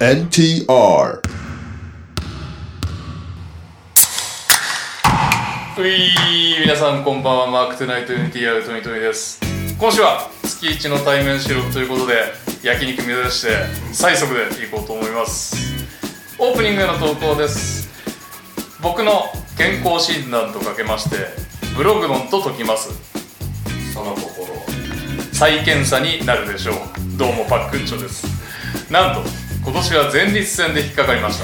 NTR うい皆さんこんばんはマークトゥナイト NTR トニトニです今週は月一の対面収録ということで焼肉目指して最速でいこうと思いますオープニングへの投稿です僕の健康診断とかけましてブログドンと解きますその心は再検査になるでしょうどうもパックンチョですなんと今年は前立腺で引っかかりまし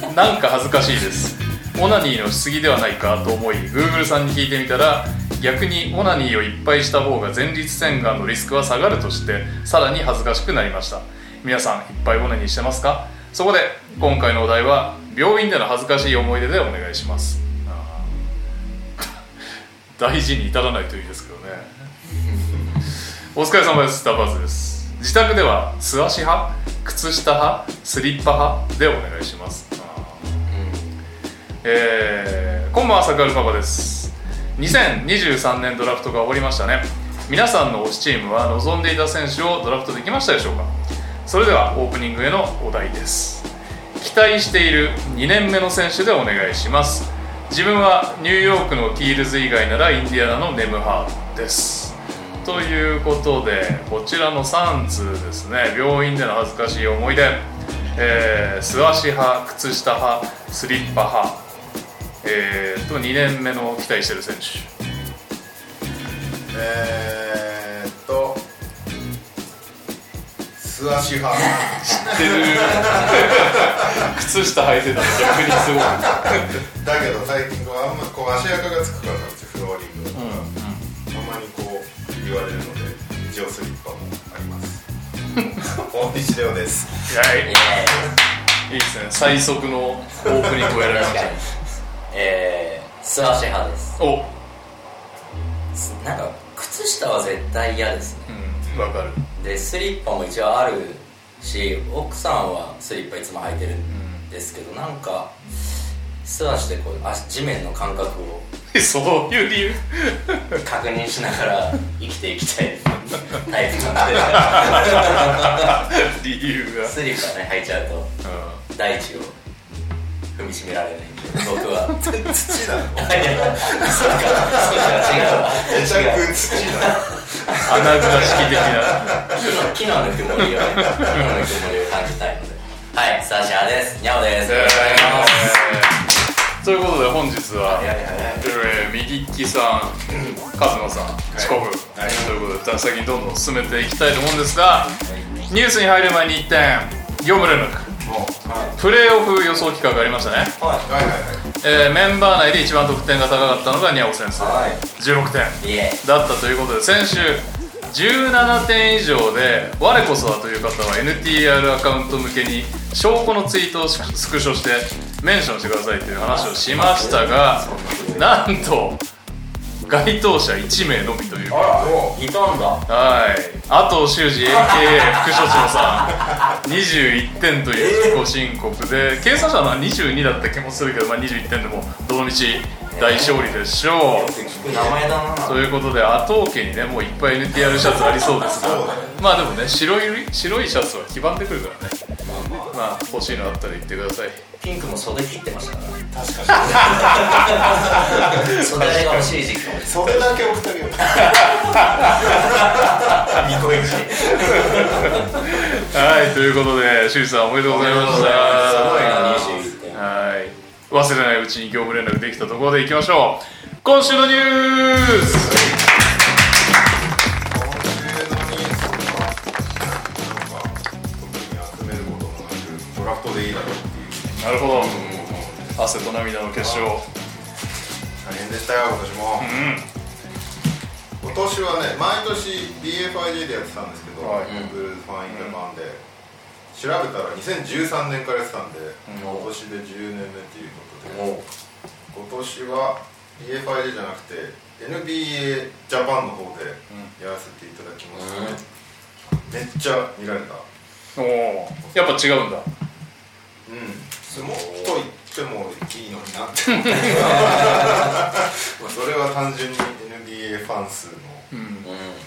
たなんか恥ずかしいですオナニーのしすぎではないかと思い Google さんに聞いてみたら逆にオナニーをいっぱいした方が前立腺がんのリスクは下がるとしてさらに恥ずかしくなりました皆さんいっぱいオナニーしてますかそこで今回のお題は病院での恥ずかしい思い出でお願いしますあー 大事に至らないといいですけどねお疲れ様ですダバーズです自宅では素足派靴下派スリッパ派でお願いします、えー、こんばんはサクアルパパです2023年ドラフトが終わりましたね皆さんの推しチームは望んでいた選手をドラフトできましたでしょうかそれではオープニングへのお題です期待している2年目の選手でお願いします自分はニューヨークのキールズ以外ならインディアナのネムハーですということでこちらの3通ですね病院での恥ずかしい思い出、えー素足派靴下派スリッパ派えーっと2年目の期待してる選手えー、っと素足派てる 靴下履いてたら逆にすごい、だけど最近こうあんまこう足垢がつくからなんですよフローリングとか、たまにこう言われるので一応スリッパもあります 大西レオですはいいいですね最速のオープニングを選びま確しかにえー、素足派ですたおうんすなんか靴下は絶対嫌ですねわかるでスリッパも一応あるし奥さんはスリッパいつも履いてるんですけどなんか素足でこう足地面の感覚をえそういう理由確認しなが ら生きていきたいタイプなの 理由でスリッパね履いちゃうが、とうん大地を踏みしめられないんで僕は そう土なのかそう めちか違ゃう違うく土なの穴倉式的な木の木のぬくもりを木のぬくもりを感じたいのではいサーシャですにゃおですよろしくお願いしますということで本日は、いやいやいやえー右利きさんカズマさん遅刻、ということで先にどんどん進めていきたいと思うんですが、ニュースに入る前に1点ヨムレムクもうはプレーオフ予想企画がありましたね、いはいはいえーメンバー内で一番得点が高かったのがニャオ先生16点いえだったということで先週17点以上で我こそはという方は NTR アカウント向けに証拠のツイートをスクショしてメンションしてくださいという話をしましたがなんと該当者1名のみというもいとんどはいあと修二 AKA 副所長さん21点という自己申告で計算者はな22だった気もするけど、まあ、21点でもどの道大勝利でしょう名前だなということで後藤家にねもういっぱい NTR シャツありそうですがそうだねまあでもね白い白いシャツは黄ばんでくるからねまあ欲しいのあったら言ってくださいピンクも袖切ってましたからねう確かに袖が欲しい時期かもそれだけ送ってあげよう二個以上はいということで修二さんおめでとうございましたすごいな21点はい忘れないうちに業務連絡できたところでいきましょう今週のニュース今週のニュースはなんか特に集めることもなくドラフトでいいだろうっていうなるほど汗と涙の結晶大変でしたよ今年も、今年はね毎年 BFIJ でやってたんですけど、はいブルーズファンインジャパンで、調べたら2013年からやってたんで、今年で10年目っていうことで、も今年は BFIJ じゃなくて NBA ジャパンの方でやらせていただきましたね、めっちゃ見られたおおやっぱ違うんだうん、もっと言ってもいいのになって思ってまあそれは単純に NBA ファン数のうんううん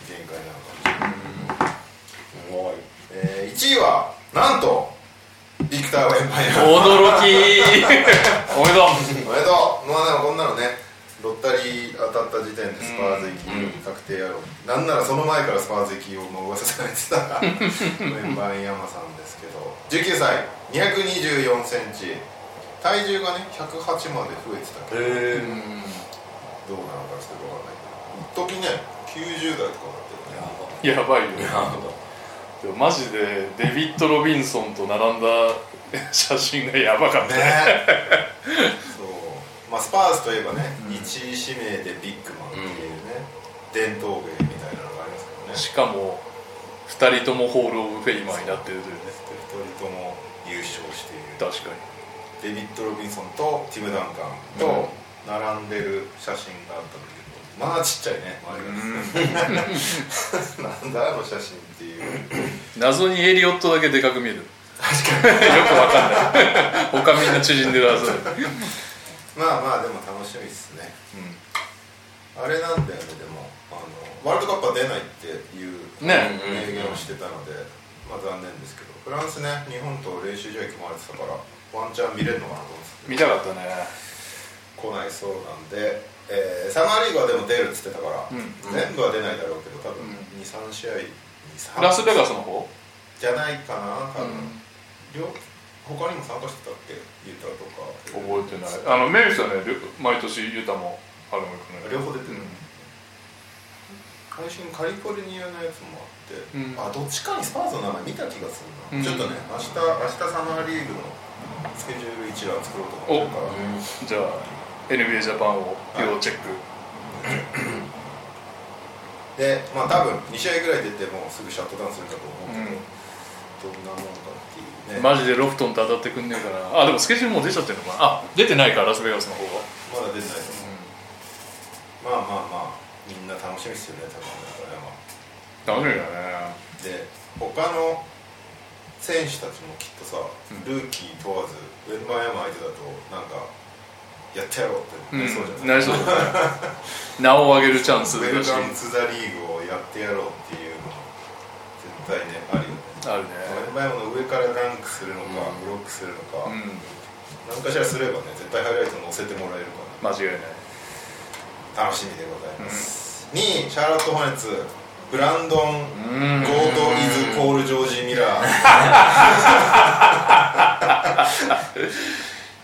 限界なのかもしれない、すごいえー、1位はなんと BFIJ ターはエンパイア驚きおめでとおめでとうまあでもこんなのねロッタリー当たった時点でスパーズ行き確定やろ、なんならその前からスパーズ行きをもう噂されてた メンバーイヤマさんですけど19歳2 2 4センチ体重がね108まで増えてたけどえう、うんどうなのかちょっとわかんないけど一時ね90代とかになってるねやばいよなるほどでもマジでデビッド・ロビンソンと並んだ 写真がやばかったねそうまあスパーズといえばね、1位指名でビッグマンっていうね、伝統芸みたいなのがありますからしかねも2人ともホール・オブ・フェイマーになってるというね2人とも優勝している確かデビッド・ロビンソンとティム・ダンカンと並んでる写真があったんだけどまあちっちゃいね周りが なんだあの写真っていうに謎にエリオットだけでかく見えるよ確かにくわかんない他みんな縮んでるはずだよまあまあでも楽しみですねあれなんだよねでもあのワールドカップは出ないっていうね明言をしてたので、まあ残念ですけどフランスね日本と練習試合組まれてたからワンチャン見れるのかなと思ってたけど見たかったね来ないそうなんで、えーサマーリーグはでも出るっつってたから、うん全部は出ないだろうけど多う分ん23試合23ラスベガスの方じゃないかな多分、うん両他にも参加してたっけユタとか覚えてないあのメイフィスはねりょ毎年ユタもあるも行くね両方出てる、最新カリフォルニアのやつもあって、うんあどっちかにスパーズの名前見た気がするうんな、ちょっとね明日明日サマーリーグのスケジュール一覧作ろうと思ってじゃるから、あ NBA ジャパンを要チェック、でまあ多分2試合ぐらい出てもうすぐシャットダウンするかと思うけど、どんなもんかっていうね、まマジでロフトンと当たってくんねえからあでもスケジュールもう出ちゃってるのかなあ出てないかラスベガスの方はだ出てないと思う、まあまあまあみんな楽しみですよね多ダ分これはメだねで他の選手たちもきっとさ、んルーキー問わずウェルバーヤマ相手だとなんかやってやろうっうてんなりそうじゃない、なりそうだね名を上げるチャンスウだェルしカム・ツ・ザ・リーグをやってやろうっていうのは絶対ねあるよねあるねウェルバーヤマの上からダンクするのか、ブロックするのうか、ん何かしらすればね絶対ハイライトに載せてもらえる間か違いないら楽しみでございます、2位シャーロット・ホネッツブランドン・うんゴード・イズ・コール・ジョージ・ミラー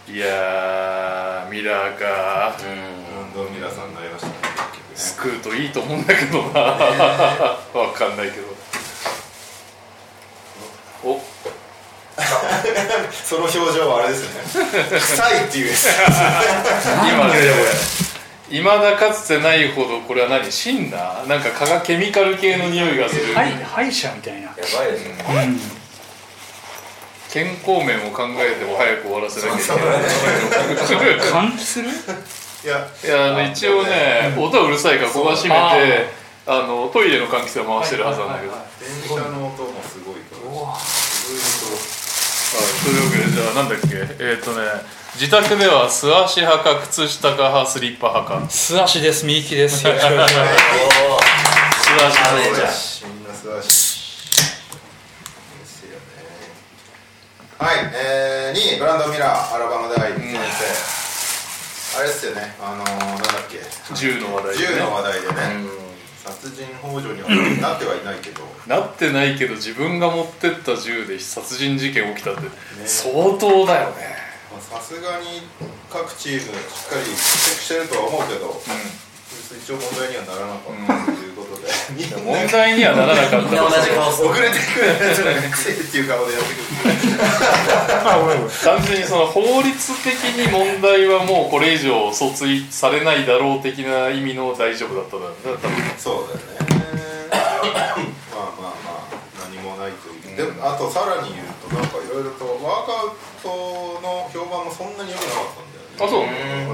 いやーミラーかうんブランドン・ミラーさんになりましたね結局救うねといいと思うんだけどなわかんないけどおその表情はあれですね臭いっていう今今だかつてないほどこれは何シンナーなんか化学ケミカル系の匂いがする、はい、歯医者みたいな。やばいですね健康面を考えても早く終わらせなきゃいけない 貫通する。いやいやあの一応ね音はうるさいからここは閉めてあのトイレの換気扇を回してるはずなんだけど、はいはいはいはい電車の音もすごいからうわというわけでじゃあなんだっけえっ、とね自宅では素足派か靴下か派スリッパ派か素足です、右利き です。よろしくお願いします。お素お足メ派じゃみんな素足ですよねはいえー、2位ブランドン・ミラーアラバマ大先生、あれっすよねあのー、なんだっけ銃の話題で銃ねの話題でね、殺人幇助にはなってはいないけどなってないけど自分が持ってった銃で殺人事件起きたって相当だよねまあさすがに各チームしっかりチェックしてるとは思うけど、一応問題にはならなかったということで、みんな問題にはならなかっみんなた同じ顔する遅れてくるやつくせえっていう顔でやってくる単純にその法律的に問題はもうこれ以上訴追されないだろう的な意味の大丈夫だっただろうね多分そうだよねまあまあまあ何もないというでもあとさらに言うとなんかいろいろとワークアウトの評判もそんなに良くなかったんだよねあそ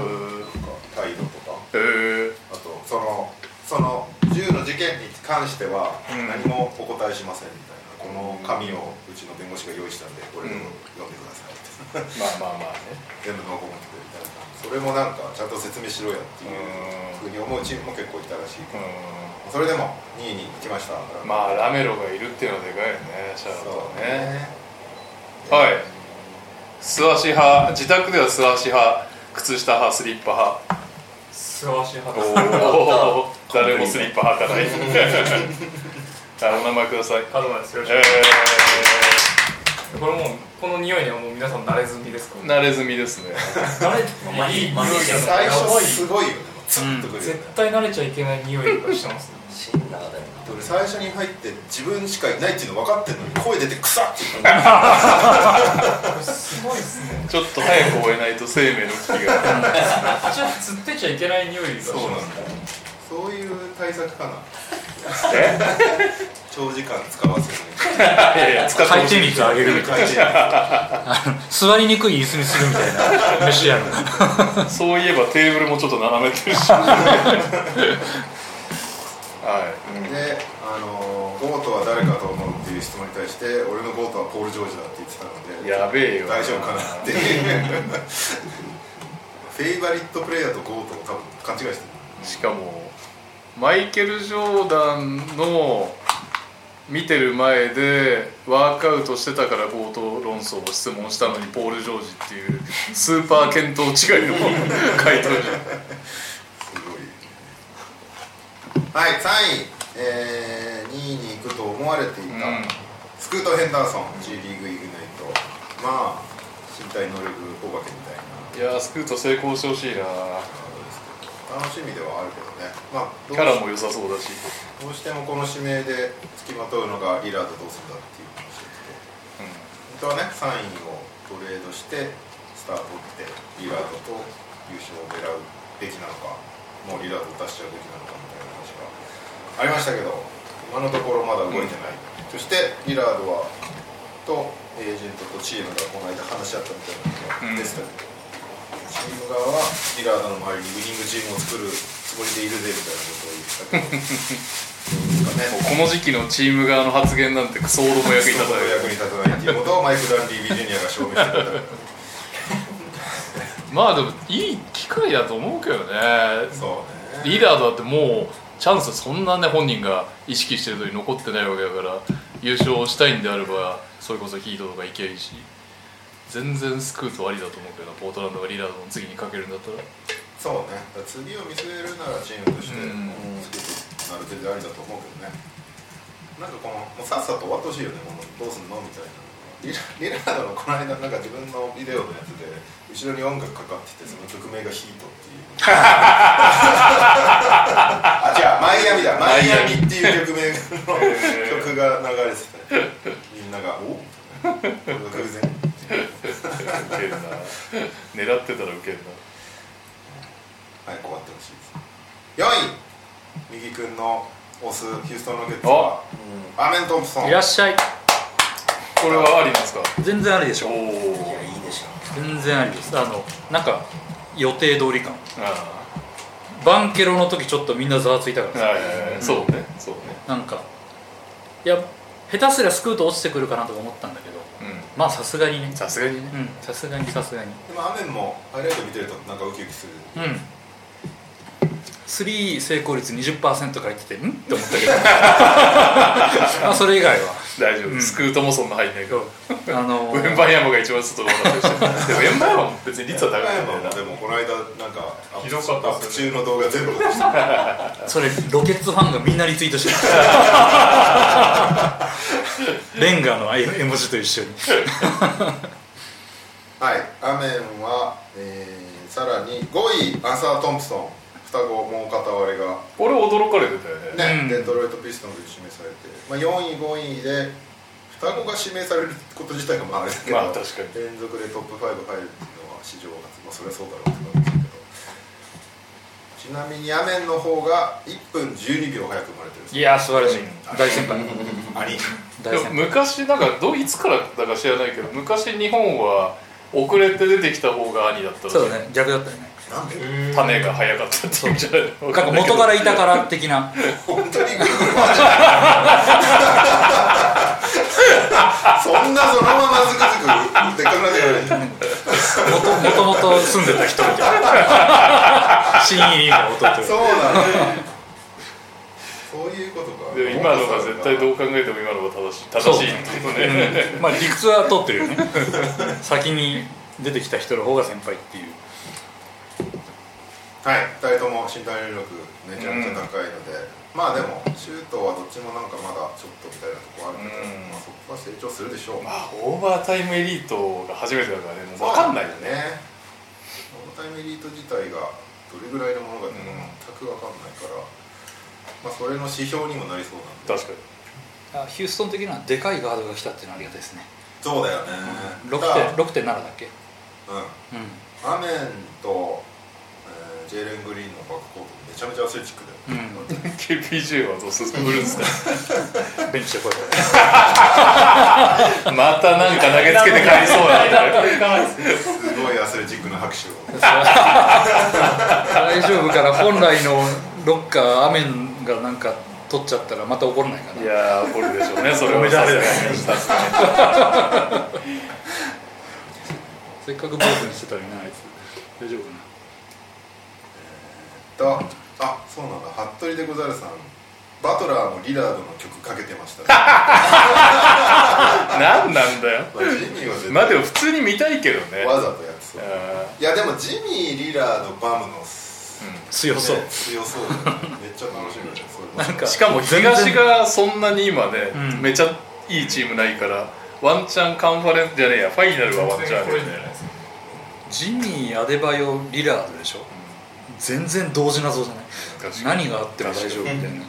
うなんか態度とかへえあとそのその銃の事件に関してはうん何もお答えしませんみたいな、この紙をうちの弁護士が用意したんでこれを読んでくださいって、まあまあまあね全部ノーコメントでみたいなそれもなんかちゃんと説明しろやっていうふうに思うチームも結構いたらしいから、うそれでも2位に来ましたんまあラメロがいるっていうのはでかいよねシャーロットそはねうねはい素足派自宅では素足派靴下派スリッパ素足派です派おお 誰もスリッパ履かない あお名前くださいカドマですよろしくえこれもうこの匂いにはもう皆さん慣れ済みですかー、慣れ済みですね慣れてまあいいまあいいじゃん最やば初いすごいよねツンとくるよね絶対慣れちゃいけない匂いがしてますね死んだかだよで俺最初に入って自分しかいないっていうの分かってるのに声出てくさって言ったすごいですねちょっと早く終え ないと生命の危機があじゃあ釣ってちゃいけない匂いがしそうなんまだすそういう対策かなえ長時間使わずにいやいや使って回ほしい転率上げるみたい回転な座りにくい椅子にするみたいな飯やるそういえばテーブルもちょっと斜めて るしはい、うんで、あのーゴートは誰かと思うっていう質問に対して俺のゴートはポール・ジョージだって言ってたのでやべえよ大丈夫かなって フェイバリットプレイヤーとゴートを多分勘違いしてしかもマイケル・ジョーダンの見てる前でワークアウトしてたから冒頭論争を質問したのにポール・ジョージっていうスーパー見当違いの回答にるすごいはい3位、えー、2位に行くと思われていた、うんスクート・ヘンダーソン G リーグ・イグナイトまあ身体能力お化けみたいないやースクート成功してほしいな楽しみではあるけどねまあどキうャラも良さそうだしどうしてもこの指名で付きまとうのがリラードどうするんだっていう話をして本当はね3位をトレードしてスタートってリラードと優勝を狙うべきなのかもうリラード出しちゃうべきなのかみたいな話がありましたけど今のところまだ動いてない、そしてリラードはとエージェントとチームがこの間話し合ったみたいうんなのがでしたけど、チーム側はリラードの周りにウィニングチームを作るつもりでいるぜみたいなことを言うんってたけどどうですかねもうこの時期のチーム側の発言なんてクソほども役に立たな人とい役に立たないっていうことをマイク・ダンディ・ビジュニアが証明してくれたかまらあでもいい機会だと思うけどねそうねリーダーだってもうチャンスそんなね本人が意識してるのに残ってないわけだから優勝したいんであればそれこそヒートとかいけばいいし全然スクートありだと思うけどなポートランドがリーダーの次にかけるんだったらそうねだから次を見据えるならチームとしてうんすごくなる程度ありだと思うけどねなんかこのもうさっさと終わってほしいよねこのどうすんのみたいなリラリラ ードのこの間なんか自分のビデオのやつで後ろに音楽かかっててその曲名がヒートって いうあ違うマイアミだマイアミっていう曲名 の曲が流れててみんなが「お これが偶然ウケるな狙ってたらウケる早く終わってほしいです4位右君のオスヒューストン・ロケッツはアーメン・トンプソンいらっしゃいなこれはありなんですか全然ありでしおょいおやいいでしょ全然ありですあのなんか予定通り感あバンケロの時ちょっとみんなざわついたからあはさいはいはいそうねそうねなんかいや下手すりゃスクート落ちてくるかなとか思ったんだけどうまあさすがにねんさすがにねうんさすがにさすがにでもアーメンもハイライト見てるとなんかウキウキするうんスリー成功率20%書いててんって思ったけど まあそれ以外は大丈う夫んスクートもそんな入んないからあのウェンバイヤマが一番外の方で したでもウェンバイヤマも別に率は高高いんだ山よなもでもこの間なんかアップひどかったっアップす中の動画全部落としたそれロケッツファンがみんなリツイートしてるレンガの絵文字と一緒にはいアーメンは、えーさらに5位アンサー・トンプソン双子もう片割れが俺驚かれてたよねね、うんデトロイト・ピストンズに指名されて、まあ、4位5位で双子が指名されること自体がまああれだけど、まあ確かに連続でトップ5入るっていうのは史上初、まあ、それはそうだろうって感じですけどちなみにアメンの方が1分12秒早く生まれてるんですいや素晴らしいうん大先輩兄大で先も輩昔なんかどいつからだか知らないけど昔日本は遅れて出てきた方が兄だったらしいそうだね逆だったよねなんで種が早かったっていうんじゃないのなんか元からいたから的な本 当にグーグルマジそんなそのままずくずくでっかくなってくれるもともと住んでた人みたいな新入りのそ弟うだねそそういうことかで今のが絶対どう考えても今のが正しい正しいってことねうんまあ理屈は通ってるよね先に出てきた人の方が先輩っていうはい2人とも身体能力めちゃめちゃ高いので、まあでもシュートはどっちもなんかまだちょっとみたいなとこあるけど、うんまあ、そこは成長するでしょう、まあオーバータイムエリートが初めてだからねもう分かんないよねオータイムエリート自体がどれぐらいのものかっていうのが全く分かんないから、まあ、それの指標にもなりそうなんで確かにあヒューストン的にはでかいガードが来たっていうのはありがたいですねそうだよね、 6.6.7ただだっけうんうんアメンと、えージェイレン・グリーンのバックコートめちゃめちゃアスレチックだよ、う KPJ はどうするんですかブルースかベンチでこうやってまたなんか投げつけて帰りそうだねすごいアスレチックな拍手を大丈夫から本来のロッカーアメンがなんか取っちゃったらまた怒らないかないやー怒るでしょうねそれはダメだねさすがにせっかくボートにしてたのになあいつ大丈夫かなとあそうなんだ服部でござるさんバトラーもリラードの曲かけてました、 ね、何なんだよまあジミーは絶まあで対も普通に見たいけどねわざとやってそうあいやでもジミーリラードバムの、強そう、ね 強そうだよねめっちゃ楽しみだよそれもなんかーしかも東がそんなに今ね、うんめちゃいいチームないからワンチャンカンファレンスじゃねえやファイナルはワンチ全然ャンあこるれよじゃなねいですかジミーアデバヨリラードでしょ、全然同時な像じゃない確かに何があっても大丈夫みたいな、めっちゃいいよ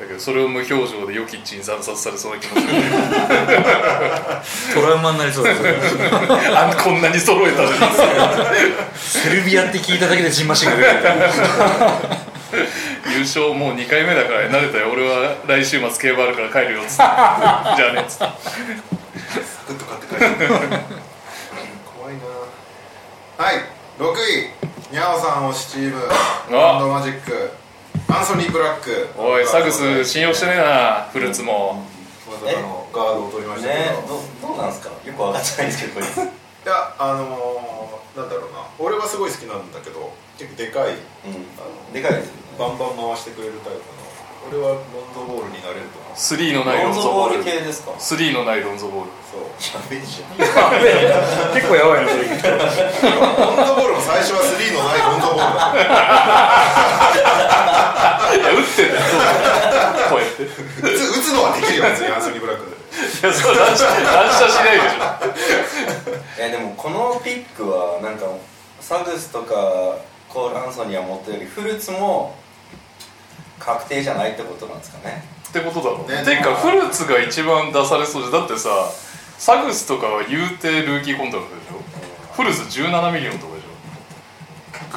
だけどそれを無表情でヨキッチに惨殺されそうな気持ちがトラウマになりそうです あんこんなに揃えたのにセルビアって聞いただけでジンマシンが出てくる優勝もう2回目だから慣れたよ俺は来週末競馬あるから帰るよっつって じゃあねっつってサクッと買って帰って怖いなはい6位にゃおさん推しチームバンドマジックアンソニー・ブラックおいサグス信用してねえなフルーツもまさかのガードを取りましたけど、ねどどうなんですかよく分かってないんですけどこれいやあのー、なんだろうな俺はすごい好きなんだけど結構でかいうんでかいですよねバンバン回してくれるタイプの俺はロンドボールになれると思う3のないロロンンゾゾボボーールル系ですか3のないロンゾボールそうやべえじゃん結構やばいなそロれンドボールも最初はスリーのないロンドボールだっいや打ってんだよこうやっていた打つ打つのはできるよ別にアンソニー・ブラックでやそう乱射乱射しないでしょえでもこのピックはなんかサグスとかコール・アンソニーは持ったよりフルーツも確定じゃないってことなんですかねってことだろうねねてかフルーツが一番出されそうでだってさサグスとかは言うてルーキーコントラクトでしょフルーツ17ミリオンとかでし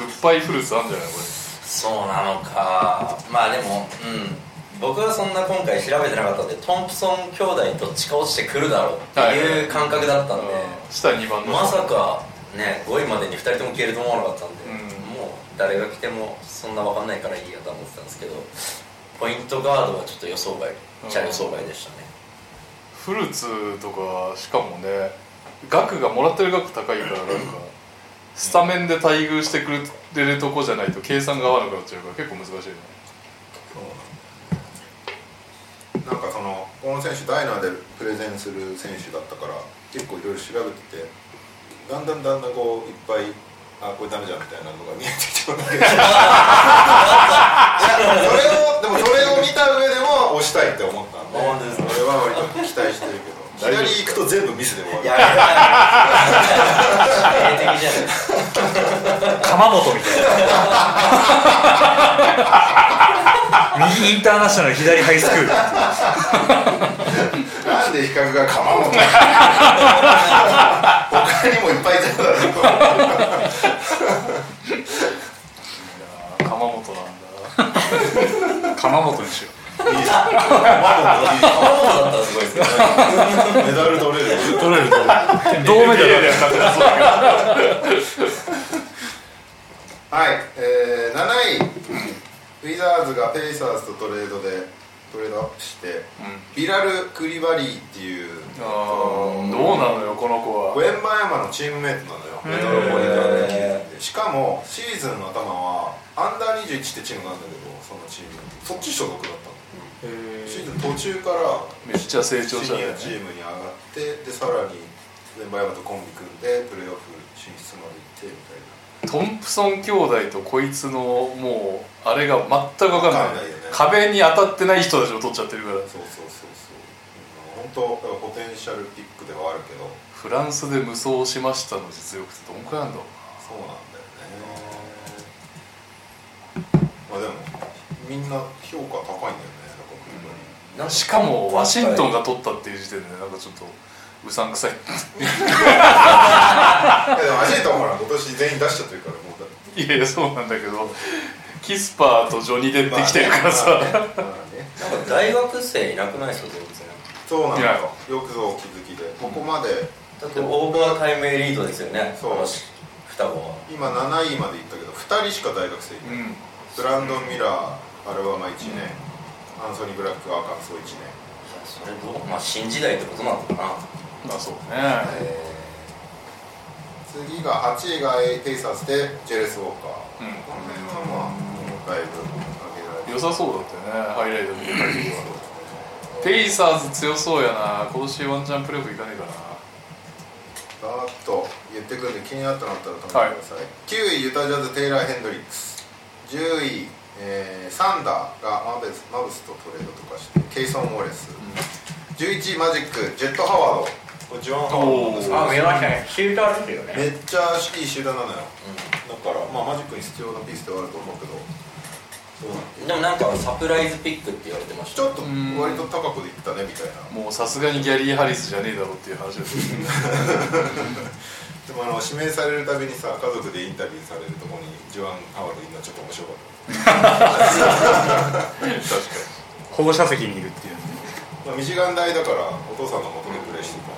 ょグッバイフルーツあんじゃないこそうなのかまあでもうん僕はそんな今回調べてなかったんでトンプソン兄弟どっちか落ちてくるだろうっていう感覚だったんれ、で、下2番のまさかね5位までに2人とも消えると思わなかったんで、うんもう誰が来てもそんな分かんないからいいやと思ってたんですけどポイントガードはちょっと予想外じゃ予想外でしたね、フルーツとかしかもね額がもらってる額高いからなんかスタメンで待遇してくれるとこじゃないと計算が合わなくなっちゃうから結構難しいよねなんかそのこの選手ダイナーでプレゼンする選手だったから結構いろいろ調べててだんだんだんだんこういっぱいあこれダメじゃんみたいなのが見えてきたんだけどいやそれをでもそれを見た上でも押したいって思ったんであ本当ですか俺は割と期待してるけど大丈夫左行くと全部ミスで終わいるやいやいや霊的じゃない鎌本みたい な右インターナショナル左ハイスクールなんで比較がかまんの 他にもいっぱいいただろういやー鎌本なんだ鎌本にしよ 卵だったらすごいですけどメダル取れるう取れる取れる銅メダルいやいや勝てなそうだけどはい、えー、7位、ウィザーズがペイサーズとトレードでトレードして、ビラル・クリバリーっていうあーどうなのよこの子はウェンバヤマのチームメイトなのよ、メトロポリタンででしかもシーズンの頭はアンダー21ってチームなんだけどそのチームそっち所属だったのシーズン途中からめっちゃ成長しシたニねアチームに上がってでさらにメンバーヤマとコンビ組んでプレーオフ進出まで行ってみたいなトンプソン兄弟とこいつのもうあれが全く分かんないわかんないよね壁に当たってない人たちを取っちゃってるからそうそうそうそううん本当ポテンシャルピックではあるけどフランスで無双しましたの実力ってどんくらいなんだろそうなんだよねまあでもみんな評価高いんだよねなんかクリバリうなしかもワシントンが取ったっていう時点でなんかちょっとうさんくさいいやでもマジでとほら今年全員出しちゃってるからもうだっていやいやそうなんだけどキスパーとジョニーデップ来てるからさ、まあねまあねなんか大学生いなくないですか全然そうなんいやだよよくぞお気づきでここまでだってオーバータイムエリートですよねそうあの双子は今7位までいったけど2人しか大学生いない、うんブランドン・ミラーアルバマ1年アンソニー・ブラックアーカンソー1年いやそれどうまあ新時代ってことなのかなまあそうねえ次が8位がテイサスでジェレス・ウォーカうー、んこの辺はまあだいぶ上げられてる良さそうだったよねハイライト見てた時はペイサーズ強そうやな今年ワンチャンプレーオフいかねえかなガーッと言ってくるんで気になったのあったら頼んでください、9位ユタジャズテイラー・ヘンドリックス10位、えーサンダーがマブスマブスとトレードとかしてケイソン・ウォレス、11位マジックジェット・ハワードこれジョン・ハワードなんですけどおーあ見えましたねシュートあるんだよめっちゃいい集団なのよ、だから、まあ、マジックに必要なピースではあると思うけどそうなんだーでもなんかサプライズピックって言われてましちたょっと割と高くでいったねみたいなもうさすがにギャリー・ハリスじゃねえだろっていう話ですよねでもあの指名されるたびにさ家族でインタビューされるとこにジョアン・ハワードいるのちょっと面白かっ確かに保護者席にいるっていうた、まあ、ミシガン大だからお父さんの元でプレーしてた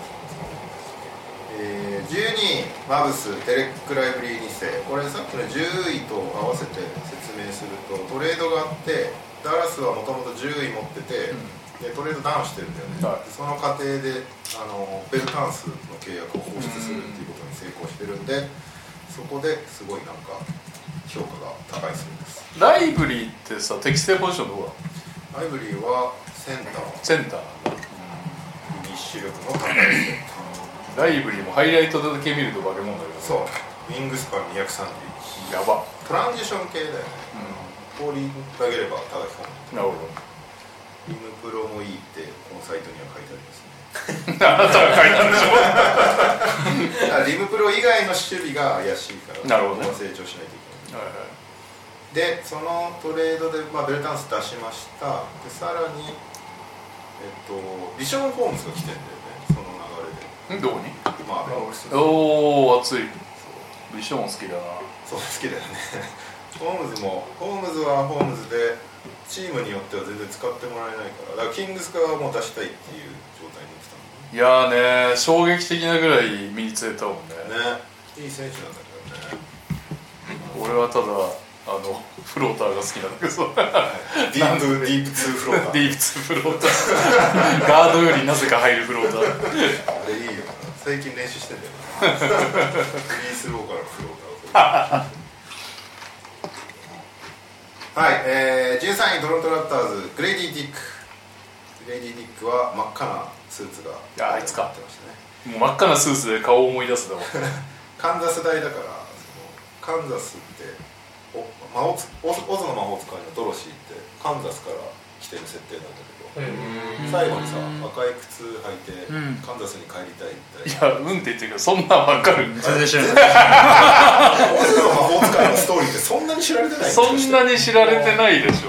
えー、12位マブスデレック・ライブリー2世これさっきの10位と合わせて説明するとトレードがあってダラスはもともと10位持ってて、でトレードダウンしてるんだよはね、いでその過程であのベルタンスの契約を放出するっていうことに成功してるんでそこですごいなんか評価が高いそうですライブリーってさ適正ポジションどこだライブリーはセンターセンター右視力の高いセンライブリーもハイライトだけ見ると化け物だけターどそうウィングスパン231やば、トランジション系だよねう放り投げれば叩き込ん、なるほむリムプロもいいってこのサイトには書いてありますねどあなたが書いたんでしょだからリムプロ以外の守備が怪しいからなるほどねここは成長しないといけないでそのトレードで、まあ、ベルタンス出しましたでさらにえっとビション・ホームズが来てんだよねそのん流れでどこにまあベックスおお熱いビション好きだなそう好きだよねホームズもホームズはホームズでチームによっては全然使ってもらえないからだからキングスからもう出したいっていう状態になっていやーね衝撃的なぐらい身についたもんねたもんねいい選手なんだけどね俺はただあのフローターが好きなんだけどディープディープ2フローターディープツーフローターガードよりなぜか入るフローターあれいいよ最近練習してんだよなフリースローからフローから はい、えー、13位トロントラプターズグレイディ・ディックグレイディ・ディックは真っ赤なスーツがああいつかやってましたねもう真っ赤なスーツで顔を思い出すだろカンザス大だからそのカンザスってお魔法つオズオズの魔法使いのドロシーってカンザスから来てる設定なんだけど、最後にさ赤い靴履いて、うんカンザスに帰りたいいみたいなや、うんって言ってるけど、そんなんわかる。全然知らないオズの魔法使いのストーリーってそんなに知られてないそんなに知られてないでしょ。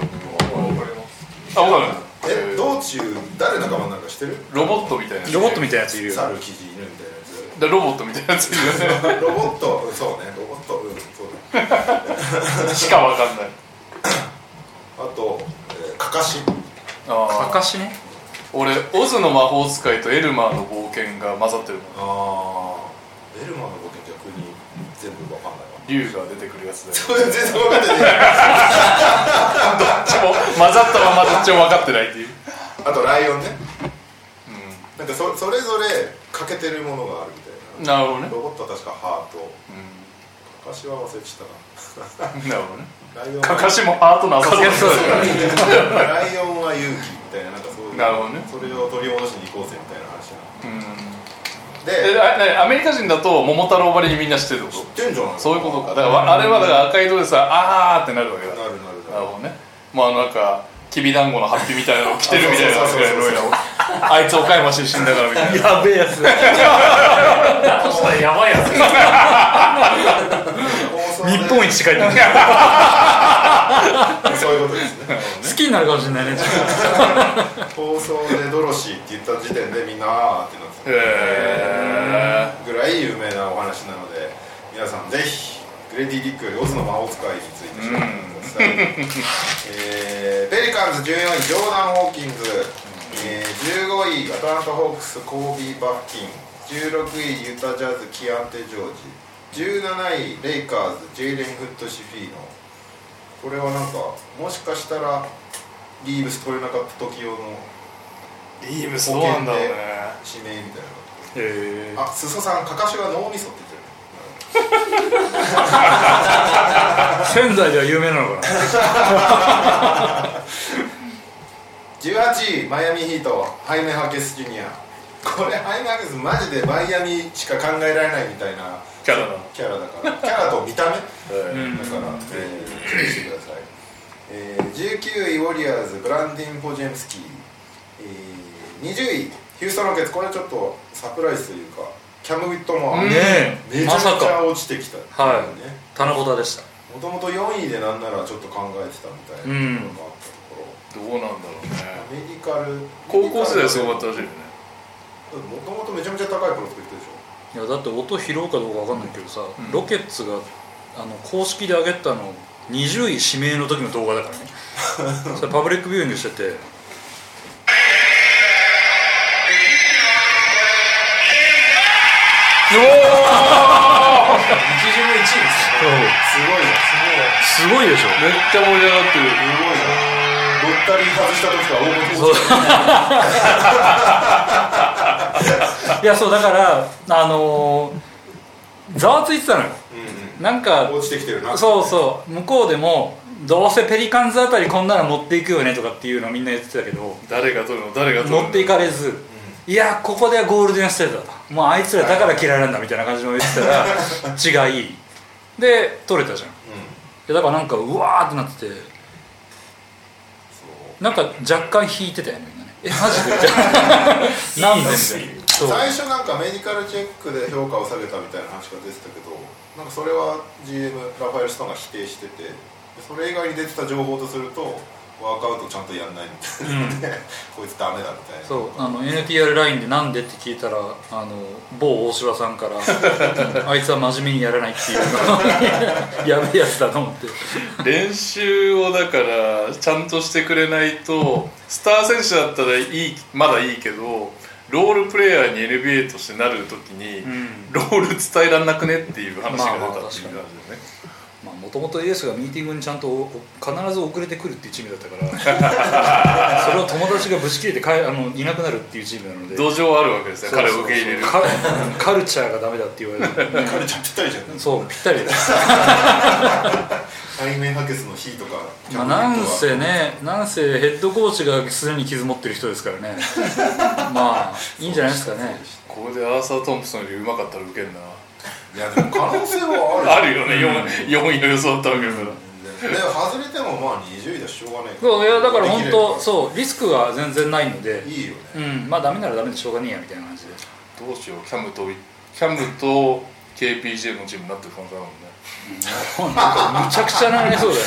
あ、わかる。え道中誰仲間なんかしてるロボットみたいなやつ。ロボットみたいなやついるよ猿生地犬みたいなやつだロボットみたいなやついるよねロボットうんそうねロボットうんそうだしかわかんない。あと、えー、カカシああ。証ね俺、オズの魔法使いとエルマーの冒険が混ざってるもん。あーエルマーのボケ逆に全部わかんないわ竜が出てくるやつだよ。 それ全然分かってないでも混ざったままどっちも分かってないっていう。 あとライオンねなんかそそれぞれ欠けてるものがあるみたうん。ないるほどなね。ロボットは確かハートうかしは忘れちゃっなるほどねたなライオンかかはしもハートなさそうですライオンは勇気みたいななんかそういうなるほどねそれを取り戻しに行こうぜみたいな話なのうんでえあ何アメリカ人だと桃太郎ばりにみんな知ってるってこと順序なのそういうことかだからわあれはだから赤い色でさあーってなるわけだなるなるななるるほどねまああのなんかきびだんごのハッピーみたいなの着てるみたいなあ そうそうそうそいろういろあいつ岡山出身だからみた いなやべえやつだだとしたらやばいやつ放送で日本一近いってそういうことですね好きになるかもしれ ないね放送でドロシーって言った時点でみんなあーってなってたへぐらい有名なお話なので皆さんぜひグレディ・リックよりオズの魔法使いについて調べてください、 えーペリカンズ14位ジョーダン・ホーキンズ、えー15位アタランタ・ホークスコービー・バッキン16位ユタ・ジャズ・キアンテ・ジョージ17位レイカーズジェイレン・フット・シフィーノこれはなんかもしかしたらリーブス取れなかった時用のえリーブそうなんだろうね指名みたいなのがあ、えすそさん、かかしは脳みそって言ってる。仙台では有名なのかな18位、マイアミヒート、ハイメ・ハーケス・ジュニア。これ、ハイメ・ハーケス、マジでマイアミしか考えられないみたいなキャラだキャラだ から、キャラと見た目、んだから、えー注意してください。えー19位、ウォリアーズ、ブランディン・ポジェムスキー。えー20位、ヒューストン・ロケッツ、これちょっとサプライズというか、キャム・ウィットモア、うんねえめちゃまくちさゃか落ちてきた、はいね田中田でしたもともと4位でなんならちょっと考えてたみたいなところがあったところ、どうなんだろうアねメリカル高校時代すごかったらしいよねもともとめちゃめちゃ高いプロスペクトでしょいやだって音拾うかどうかわかんないけどさ、ロケッツがあの公式で上げたの20位指名の時の動画だからね それパブリックビューイングしてて基準の1位ですすごいじゃすごいでしめっちゃ盛り上がってるんすごいすごいじゃんロッタリー外した時から大物落ちょいやそうだからあのーざわついてたのよなんか落ちてきてるなそうそう向こうでもどうせペリカンズあたりこんなの持っていくよねとかっていうのみんな言ってたけど誰が取るの誰が取るの持っていかれず、いやここではゴールデンステートだともうあいつらだから嫌いなんだみたいな感じの言って たら違いで取れたじゃんいうんやだからなんかうわーってなっててそうなんか若干引いてたよねみんなねえマジでみたい ななんでみたいなそう最初なんかメディカルチェックで評価を下げたみたいな話が出てたけどなんかそれは GM ラファエル・ストーンが否定しててでそれ以外に出てた情報とするとワークアウトちゃんとやんないみたいなので、 こいつダメだみたいなそうあの NTR ラインでなんでって聞いたらあの某大柴さんから 「あいつは真面目にやらない」っていうのやべえやつだと思って練習をだからちゃんとしてくれないとスター選手だったらいいまだいいけどロールプレイヤーに NBA としてなるときに、んロール伝えらんなくねっていう話が出たっていうまあま感あじだよね、もともとエースがミーティングにちゃんとお必ず遅れてくるっていうチームだったから それを友達がぶち切れてかえあのいなくなるっていうチームなので土壌あるわけですねそうそ彼うそうを受け入れるカカルチャーがダメだって言われて、 カルチャーぴったりじゃんそうぴったりです対面ハケスの日とか、まあ、なんキャンプせの日とかね、なんせヘッドコーチがすでに傷持ってる人ですか らね、まあ、いいんじゃないですかね、ここでアーサー・トンプソンよりうまかったら受けんないやでも可能性はああるよね、4, 位の予想だったわけだからるで外れてもまあ20位だししょうがないそういやだから本当、うそう、リスクが全然ないので、いいよねうん、まあ、ダメならダメでしょうがねえやみたいな感じで、どうしようキャムとキャムと KPJ のチームになってる可能性あるもんねなんかむちゃくちゃなりそうだよ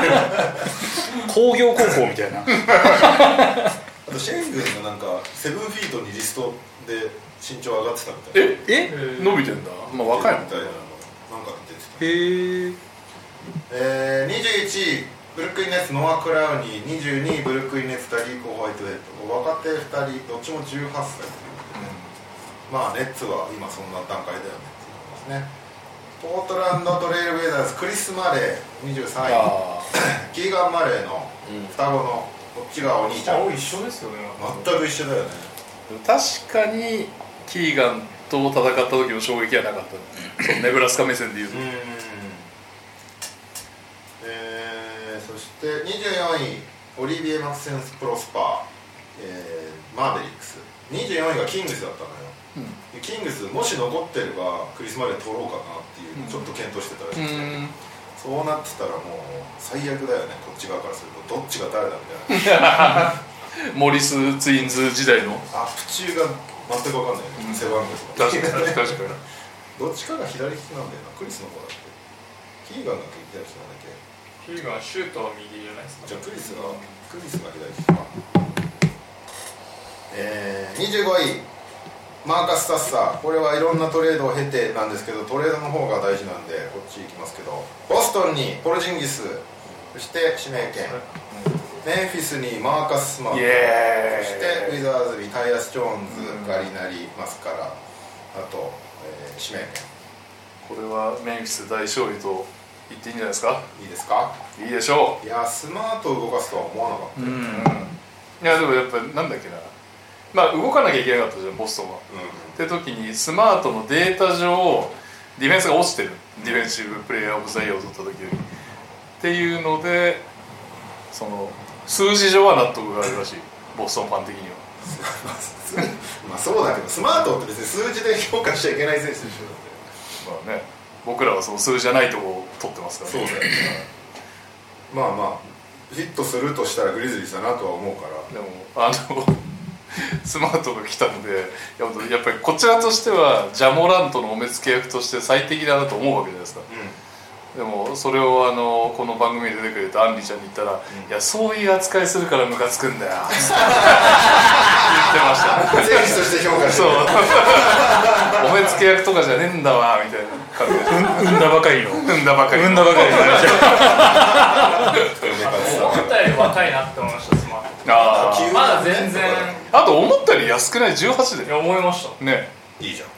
ね、 工業高校みたいな、あとシェン軍がなんかセブンフィートにリストで身長上がってたみたいなええ伸びてんだまあ若いもんみねたいなのなんか出てたへええ、ー、21位ブルックリン・ネッツノア・クラウニー22位ブルックリン・ネッツダリーコ・ホワイトヘッド若手2人どっちも18歳ということでねまあネッツは今そんな段階だよねっていうことですねポートランドトレイルブレイザーズクリス・マレー23位あキーガン・マレーの双子のこっちがお兄ちゃん一緒ですよね全く一緒だよねー確かにキーガンと戦った時の衝撃はなかった ねそのネブラスカ目線で言うと、うんえー、そして24位オリビエ・マッセンス・プロスパー、えーマーベリックス24位がキングスだったのよ、でキングスもし残ってればクリスマで取ろうかなっていうのをちょっと検討してたらしくて、うんそうなってたらもう最悪だよねこっち側からするとどっちが誰だみたいなモリス・ツインズ時代のアップ中が全く分かんないよね、背番号とか確かに確かにどっちかが左利きなんだよなクリスの方だってキーガンが左利きなんだっけヒーガンシュートは右じゃないですかじゃあクリスがクリスが左利きかえー、25位マーカス・サッサーこれはいろんなトレードを経てなんですけどトレードの方が大事なんでこっち行きますけどボストンにポルジンギスそして指名権メンフィスにマーカス・スマ ートイエーイそしてウィザーズにタイラス・ジョーンズガリナリマスカラあと、えー指名これはメンフィス大勝利と言っていいんじゃないですか権いいですかいいでしょいやスマートを動かすとは思わなかった、う、うん、いやでもやっぱなんだっけなまあ動かなきゃいけなかったじゃんボストンはって時にスマートのデータ上ディフェンスが落ちてるディフェンシブプレイヤーオブザイヤーを取った時よりっていうのでその数字上は納得があるらしいボストンファン的にはまあす まあそうだけどスマートって別に数字で評価しちゃいけない選手でしょまあね僕らはその数字じゃないとこを取ってますからねそうだよまあまあヒットするとしたらグリズリーズだなとは思うからでもあの スマートが来たのでいややっぱりこちらとしてはジャモラントのお目付け役として最適だなと思うわけじゃないですかでもそれをあのこの番組で出てくれたアンリちゃんに言ったら、いやそういう扱いするからムカつくん だよって言ってました選手として評価してそう お目付け役とかじゃねえんだわみたいな感じで産んだばかりの産んだばかり産んだばかりの話思ったより若いなって思いましたスマートあーまだ全然あと思ったより安くない18いでや思いましたねいいじゃん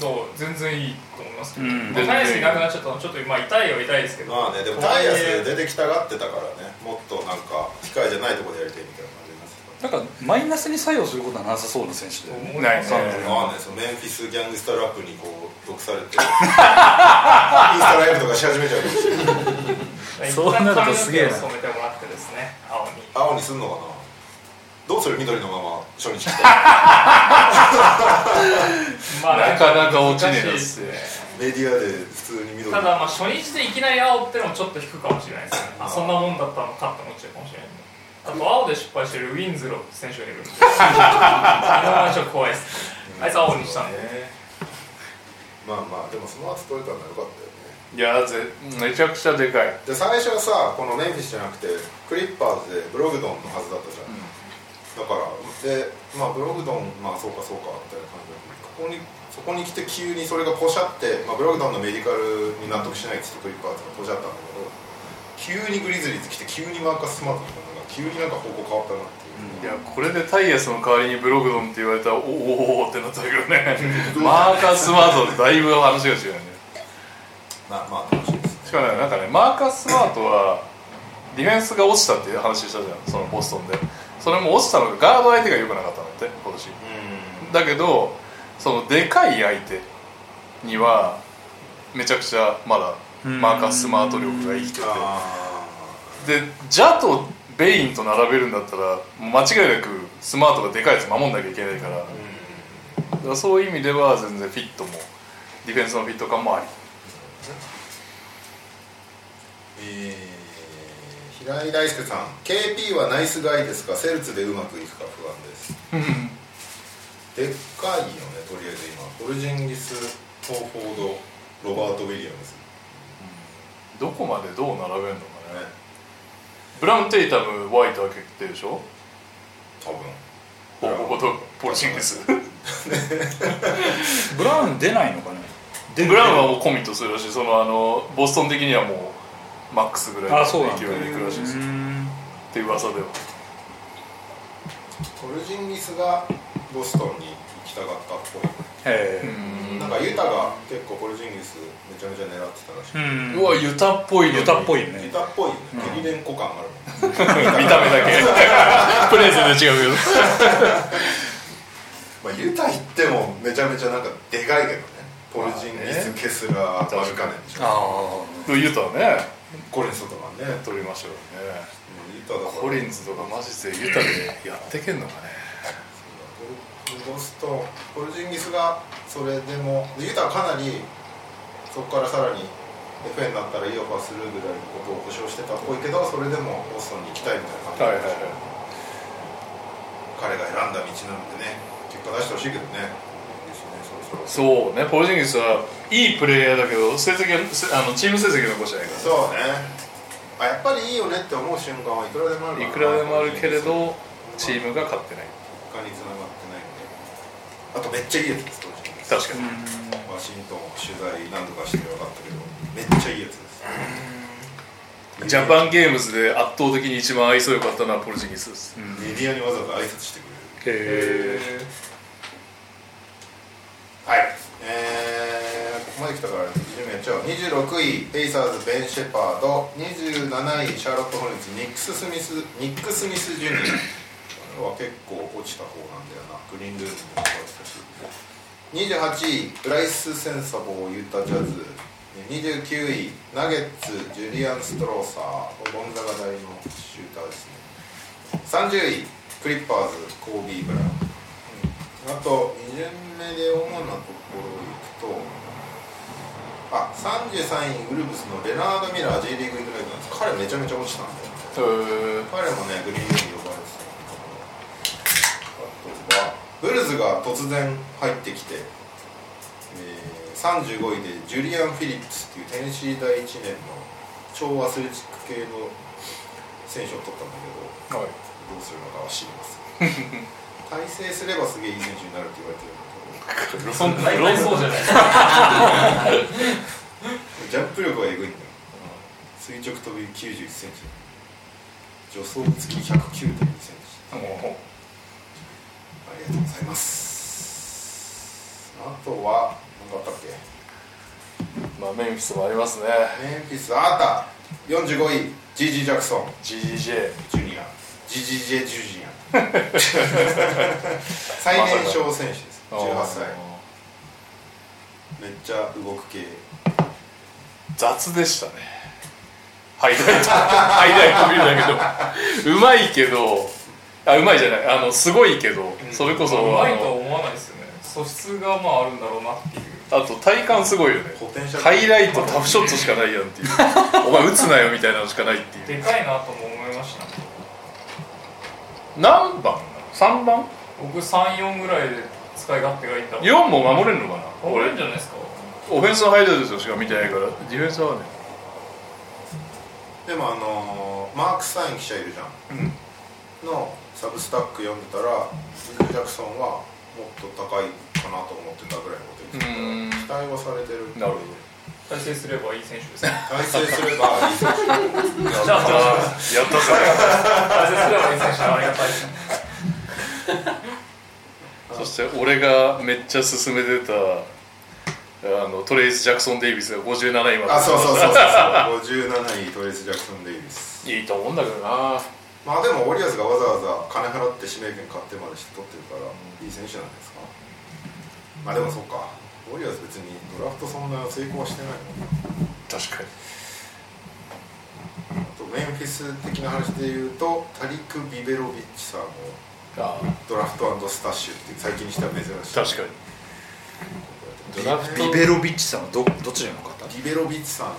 どう全然いいと思いますけど、うんまあ大していなくなっちゃったのはちょっとまあ痛いは痛いですけど、まあねでもタイヤス出てきたがってたからねもっとなんか機械じゃないとこでやりたいみたいな感じになってたなんかマイナスに作用することはなさそうな選手で思いなまいねすからわかんないですよメンフィスギャングスタラップにこう毒されて インスタライブとかし始めちゃうかもしれないそうなるとすげえな一旦髪の毛を染めてもらってですね青に青にすんのかなどうする緑のまま初日来たまなかなか落ちねえな難っしすいねメディアで普通に緑ただまあ初日でいきなり青ってのもちょっと引くかもしれないですねあそんなもんだったのかって思っちゃうかもしれ ないあと青で失敗してるウィンズローって選手がいるんで あのちょっと怖いですあいつ青にしたんでまあまあでもスマート取れたのは良かったよねいやぜめちゃくちゃでかいで最初はさこのメンフィスじゃなくてクリッパーズでブログドンのはずだったじゃん、だからでまあブログドンまあそうかそうかみたいな感じでここにそこに来て急にそれがポシャって、まあ、ブログドンのメディカルに納得しないっつってクリッパーズがポシャったんだけど急にグリズリーズ来て急にマーカス・スマートとかなんか急になんか方向変わったなっていう、いやこれでタイヤスの代わりにブログドンって言われたらおーおーおーってなったけど ねうんマーカス・スマートとだいぶ話が違うねまあまあ楽しいですしかもねなんかねマーカス・スマートはディフェンスが落ちたっていう話したじゃんそのボストンでそれも落ちたのがガード相手が良くなかったのって今年だけどそのでかい相手にはめちゃくちゃまだマーカス・スマート力が生きててあでジャとベインと並べるんだったら間違いなくスマートがでかいやつ守んなきゃいけないから,、だからそういう意味では全然フィットもディフェンスのフィット感もありえー平井大輔さん KP はナイスガイですがセルツでうまくいくか不安ですでっかいよねとりあえず今ポルジンギストーフォードロバート・ウィリアムズ、どこまでどう並べるのかねね、ブラウン・テイタムホワイトは決定でしょ多分ボコボコとポルシングスブラウン出ないのかねでブラウンはもうコミットするらしいそのあのボストン的にはもうマックスぐらいあのそうなん勢だいでいくらしいですよって噂ではポルジンギスがボストンに行きたかったっぽい、へうえんなんかユタが結構ポルジンギスめちゃめちゃ狙ってたらしい、うんうわユタっぽいのにユタっぽいよユねタっぽいよね、テリレンコ感あるもん見た目だけプレゼンで違うけどまあ、ユタ行ってもめちゃめちゃなんかでかいけどねポルジンギス・ケスラーバルカネンでしょあのユタねコリンソとかね取りましょうねユタだからコリンズとかマジでユタでやってけんのかねロスとポルジンギスがそれでもでユタはかなりそこからさらに FA になったらいいオファーするぐらいのことを保証してたっぽいけどそれでもボストンに行きたいみたいな感じで、彼が選んだ道なんでね結果出してほしいけどねいいですねそろそそうろねポルジンギスはいいプレイヤーだけど成績はせあのチーム成績残してないかそうねあやっぱりいいよねって思う瞬間はいくらでもあらるいくらでもあるけれ他どチームが勝ってないに繋がってないんであとめっちゃいいやつですポルジンギス確かにワシントン取材何度かして分かったけどめっちゃいいやつですジャパンゲームズで圧倒的に一番愛想良かったのはポルジンギスです、メディアにわざわざ挨拶してくれるあへえはいえー、ここまで来たから順位やっちゃおう26位ペイサーズベン・シェパード27位シャーロット・ホルンツニックス・スミスニック・スミス・ジュニアこれは結構落ちた方なんだよなグリーンルームも落ちたし28位ブライス・センサボーユータ・ジャズ29位ナゲッツジュリアン・ストローサーゴンザガ大のシューターですね30位クリッパーズコービー・ブラウンあと2巡目で主なところ行くとあ33位ウルブスのレナード・ミラー J リーグイグライブなんです彼めちゃめちゃ落ちたんだよへー彼もねグリーンウェイに呼ばれてたんだけどあとはブルズが突然入ってきて、えー35位でジュリアン・フィリップスっていうテネシー第1年の超アスレチック系の選手を取ったんだけどはいどうするのかは知りません体制すればすげえいい選手になるって言われてるんだけどそん大体そうじゃないですかジャンプ力がえぐいんだよ垂直跳び91センチ助走付き109.2センチもありがとうございますあとは何かあったっけう、まあ、メンフィスもありますねメンフィスあった45位 GG ジャクソン GGJ ジュニア GGJ ジュニア 最年少選手です18歳めっちゃ動く系雑でしたねハイラ イトハイライト見るだけどうまいけどあうまいじゃないあのすごいけど、それこそまああうまいとはの思わないですよね素質がまああるんだろうなっていうあと体感すごいよねポテンシャルハイライトタフショットしかないやん っていうお前打つなよみたいなのしかないっていうでかいなとも思いましたね何番 ?3 番僕34ぐらいで使い勝手がいいんだろう ?4 も守れるのかな俺俺んじゃないですかオフェンスのハイライトしか見てないからディフェンスはねでもあのーマーク・スタイン記者いるじゃん、のサブスタック読んでたらジル・ジャクソンはもっと高いかなと思ってたぐらいのこと言ってたうんから期待はされてるなるほど対戦すればいい選手ですね対戦すればいい選手じゃあじゃあやったか対戦すればいい選手はありがたいですねそして俺がめっちゃ勧めてたあのトレイス・ジャクソン・デイビスが57位ま であそうそうそうそうそう57位トレイス・ジャクソン・デイビスいいと思うんだけどなまあでもオリアーズがわざわざ金払って指名権買ってまでして取ってるからいい選手なんですかまあでもそうかオリアーズ別にドラフトそんな成功はしてないもんな確かにあとメンフィス的な話で言うとタリク・ビベロビッチさんもあドラフトスタッシュっていう最近にしては珍しい確かにドラフトビベロビッチさんはどどっちらの方ビベロビッチさんは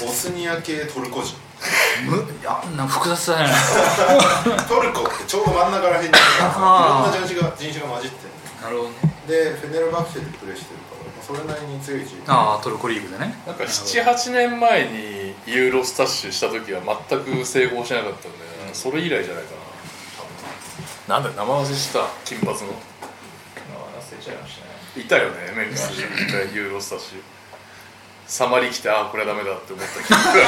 ボスニア系トルコ人むいやあんな複雑だねトルコってちょうど真ん中らへんにいるからいろんなジャージが人種が混じってなるほどねるでフェネルバクシェでプレーしてるから、まあ、それなりに強いチームああトルコリーグでねなんか78年前にユーロスタッシュした時は全く成功しなかったんで、それ以来じゃないかな多分なんだよ生忘れした金髪のあ忘れちゃいましたねいたよねメンフィス一回ユーロスタッシュサマリ来てああこれはダメだって思った記憶が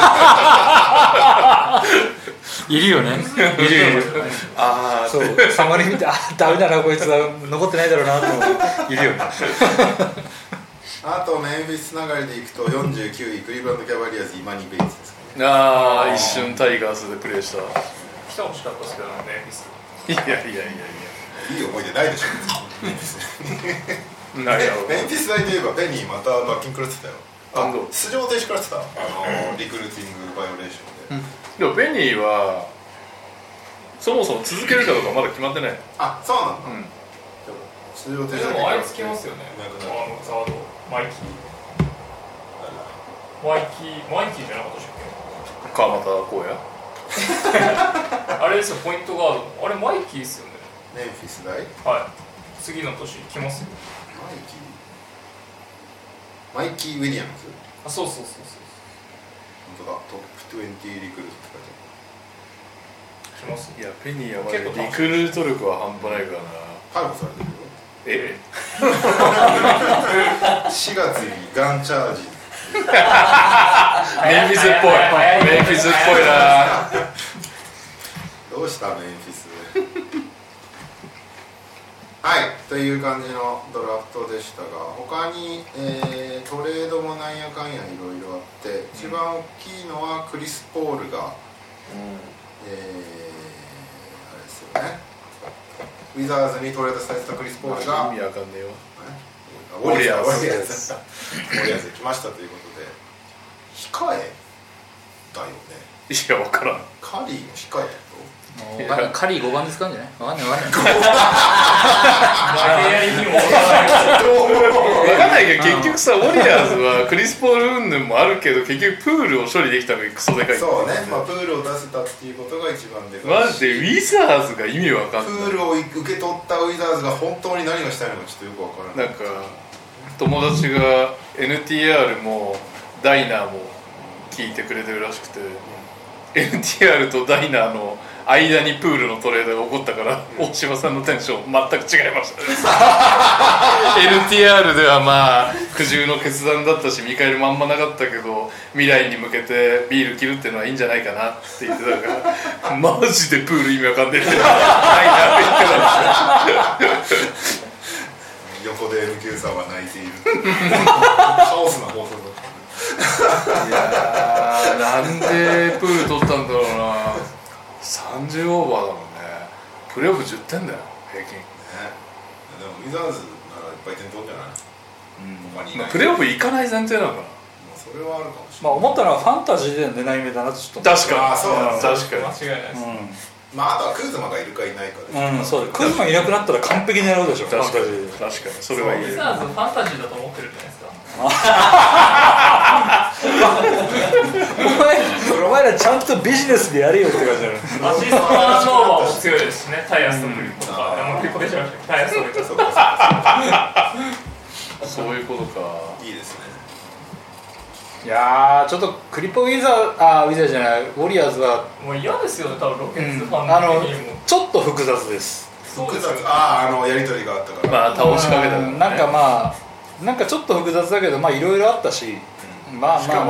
いるよねいるいるああそうサマリ見てあダメだなこいつは残ってないだろうなと思っているよねあとメンフィス流れでいくと49位クリーブランド・キャバリアーズイマニ・ベイツですかねああ一瞬タイガースでプレーした来てほしかったですけどねメンフィスいやいやいやいや いい思い出ないでしょなるほどメンフィス大といえばベニーまた罰金食らってたよああどう出場停止食らってたあのリクルーティングバイオレーションで、でもベニーはそもそも続けるかどうかまだ決まってないあそうなんだ、うん出場停で止もあれつけますよねなくあなるのザードマイキーマイキーマイキーじゃなかったでしたっ川又荒野けあれですよポイントガードあれマイキーですよねメンフィス大マイはい次の年来ますキよーマイキー・ウィリアムズあそうそうそうそ本当だトップ20リクルートって書いてう来ますよいやベニーやばい結構リクルート力は半端ないからなある逮捕されてるよえ4月にガンチャージメンフィスっぽい早いメンフィスっぽいなどうしたメンフィスはいという感じのドラフトでしたが他に、えートレードもなんやかんやいろいろあって一番大きいのはクリス・ポールが、えーあれですよねウィザーズにトレードされたクリス・ポールが意味わかんねえよウォリアーズウウォォリリアアーーズズウォリアーズに来ましたということで控えだよねいやわからんカリーの控えだともうわかんないカリー5番で使うんじゃないわかんないわかんないマテリアリにも戻らない分かんないけど結局さウォリアーズはクリス・ポール云々もあるけど結局プールを処理できたのがクソでかいそうね、まあ、プールを出せたっていうことが一番でかマいジしでウィザーズが意味わかんプないールを受け取ったウィザーズが本当に何がしたいのかちょっとよくわからないなんか友達が NTR もダイナーも聞いてくれてるらしくて NTR とダイナーの間にプールのトレードが起こったから大島さんのテンション全く違いましたね NTR ではまあ苦渋の決断だったし見返りもあんまなかったけど未来に向けてビール切るってのはいいんじゃないかなって言ってたからマジでプール意味わかんねえってダイナーって言ってた横で M 級さんは泣いているカオスな放送だったねいやーなんでプール取ったんだろうな30オーバーだもんねプレーオフ10点だよ平均、でもウィザーズならいっぱい点取るんじゃない他にいまなあいプレーオフ行かない前提なのかまあそれはあるかもしれまあ思ったのはファンタジーでの狙い目だなとちょっとな確かにあーそうなんだ確間か違いないですないまああとはクーズマがいるかいないかでうん、うん、そうだクズマいなくなったら完璧にやろうでしょにファン確タかジにー確かにそれはウ言えィるザーズファンタジーだと思ってるじゃないですかお前お前らちゃんとビジネスでやれよって感じだよねアシストターンオーバーも強いですしねタイヤスとクリップとかでも結構出ちゃいましたよタイヤスとクリップそうかそういうことかいいですねいやーちょっとクリポウィザーあーウィザーじゃないウォリアーズは、もう嫌ですよね多分ロケッツファあンのの時にもちょっと複雑ですそう複です雑よねあああのやり取りがあったから、まあ倒しかけたらうねんなんかまあなんかちょっと複雑だけどまあいろいろあったし、まあしまかあ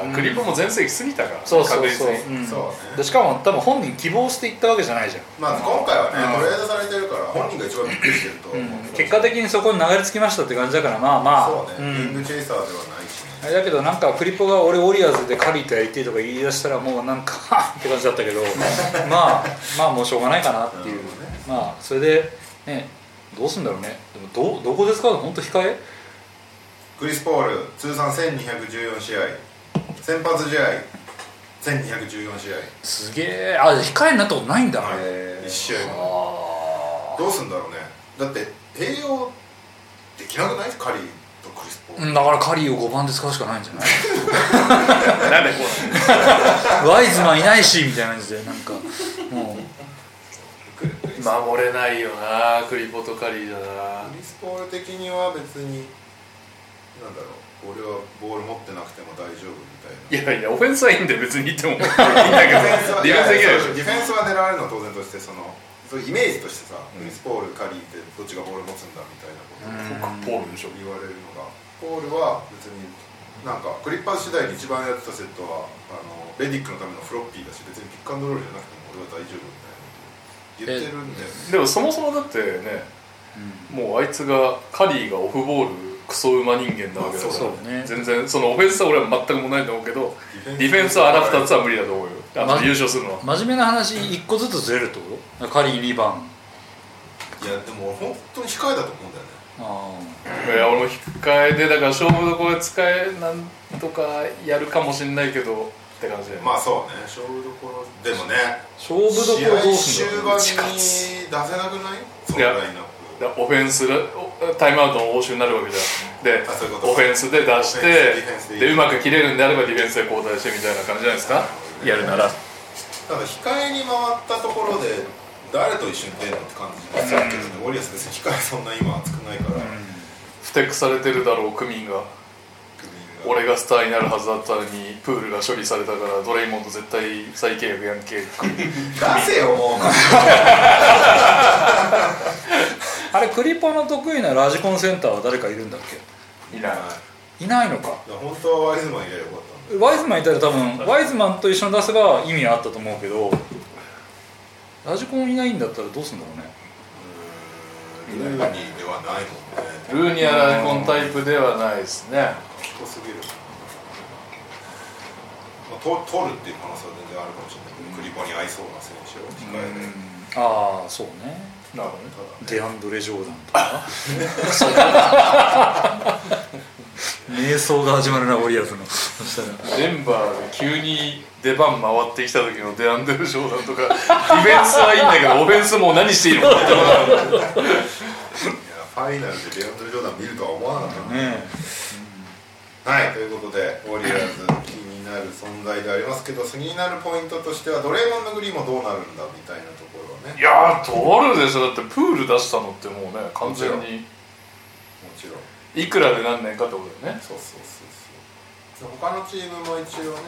も、なんか、クリッポプも全盛期過ぎたからそうそうそう、確実にうんそうねでしかも多分本人希望していったわけじゃないじゃんまあ今回はね、トレードされてるから本人が一番びっくりしてると思う、結果的にそこに流れ着きましたって感じだからまあまあそうね、リンんグチェイサーではないしねあれだけどなんかクリポが俺ウォリアーズでカリーとやりてえとか言い出したらもうなんか はっって感じだったけ どまあまあもうしょうがないかなっていなう、るほどねまあそれでねどうすんだろうねでもどうどこですか本当控えクリス・ポール通算1214試合先発試合1214試合すげえあ控えになったことないんだ、はい1試合もどうすんだろうねだって併用できなくないカリーとクリス・ポール、うんだからカリーを5番で使うしかないんじゃ なないんでこうなワイズマンいないしみたいな感じでなんかもの守れないよなクリポとカリーだなクリス・ポール的には別になんだろう俺はボール持ってなくても大丈夫みたいなやいいやオフェンスはいいんで別にいってもいいんだけ どディフェンスできないでしょディフェンスは狙われるのは当然としてそのそういうイメージとしてさ、クリス・ポールカリーってどっちがボール持つんだみたいなこと、ポールでしょ言われるのがポールは別になんかクリッパーズ時代に一番やってたセットはあのレディックのためのフロッピーだし別にピックアンドロールじゃなくても俺は大丈夫みたいなこと言ってるんでだよねもそもそもだってね、もうあいつがカリーがオフボールクソ馬人間なわけだからまあそうね全然そのオフェンスは俺は全く問題ないと思うけ どデディィフェンスは穴二つは無理だと思うよあまの優勝するのはう真面目な話1個ずつずれるってことカリー2番いやでも俺本当に控えだと思うんだよねあいや俺も引っかえでだから勝負どころで使えなんとかやるかもしれないけどって感じで、まあそうね勝負どころでもね勝負どこ試ろ合どうす終んだろう盤に勝出つせなくないそのいやラインナップでオフェンスおタイムアウトの応酬になるわけじゃんであそういうことオフェンスで出しオフェンスディフェンスてででうまく切れるんであればディフェンスで交代してみたいな感じじゃないですかやるならただ控えに回ったところで誰と一緒に出るのって感じになっちゃうけどね、ウォリアス別に控えそんな今熱くないから、ふてくされてるだろう区民が国民が俺がスターになるはずだったのにプールが処理されたからドレイモンド絶対再契約やんけ出せよもうあれクリポの得意なラジコンセンターは誰かいるんだっいないけいないのか本当はワイズマンいればよかったんだワイズマンいたら多分ワイズマンと一緒に出せば意味はあったと思うけどラジコンいないんだったらどうすんだろうねルーニーではないもんねルーニアライコンタイプではないですね太すぎる、まあ、と取るっていう可能性は全然あるかもしれないけど、クリボに合いそうな選手を控えて、ああそうねなるほただデアンドレ・ジョーダンとか 瞑想が始まるなウォリアーズのそしたらどねデンバーで急に出番回ってきた時のデアンデル・ジョーダンとかディフェンスはいいんだけどオフェンスもう何していいのかっていやファイナルでレアンドル・ジョーダン見るとは思わなかったねねはいということでウォリアーズ気になる存在でありますけど気になるポイントとしてはドレーモンド・グリーンもどうなるんだみたいなところはねいやー取るでしょだってプール出したのってもうね完全にもちろんいくらで何年かってことだよねそうそうそうそう他のチームも一応ね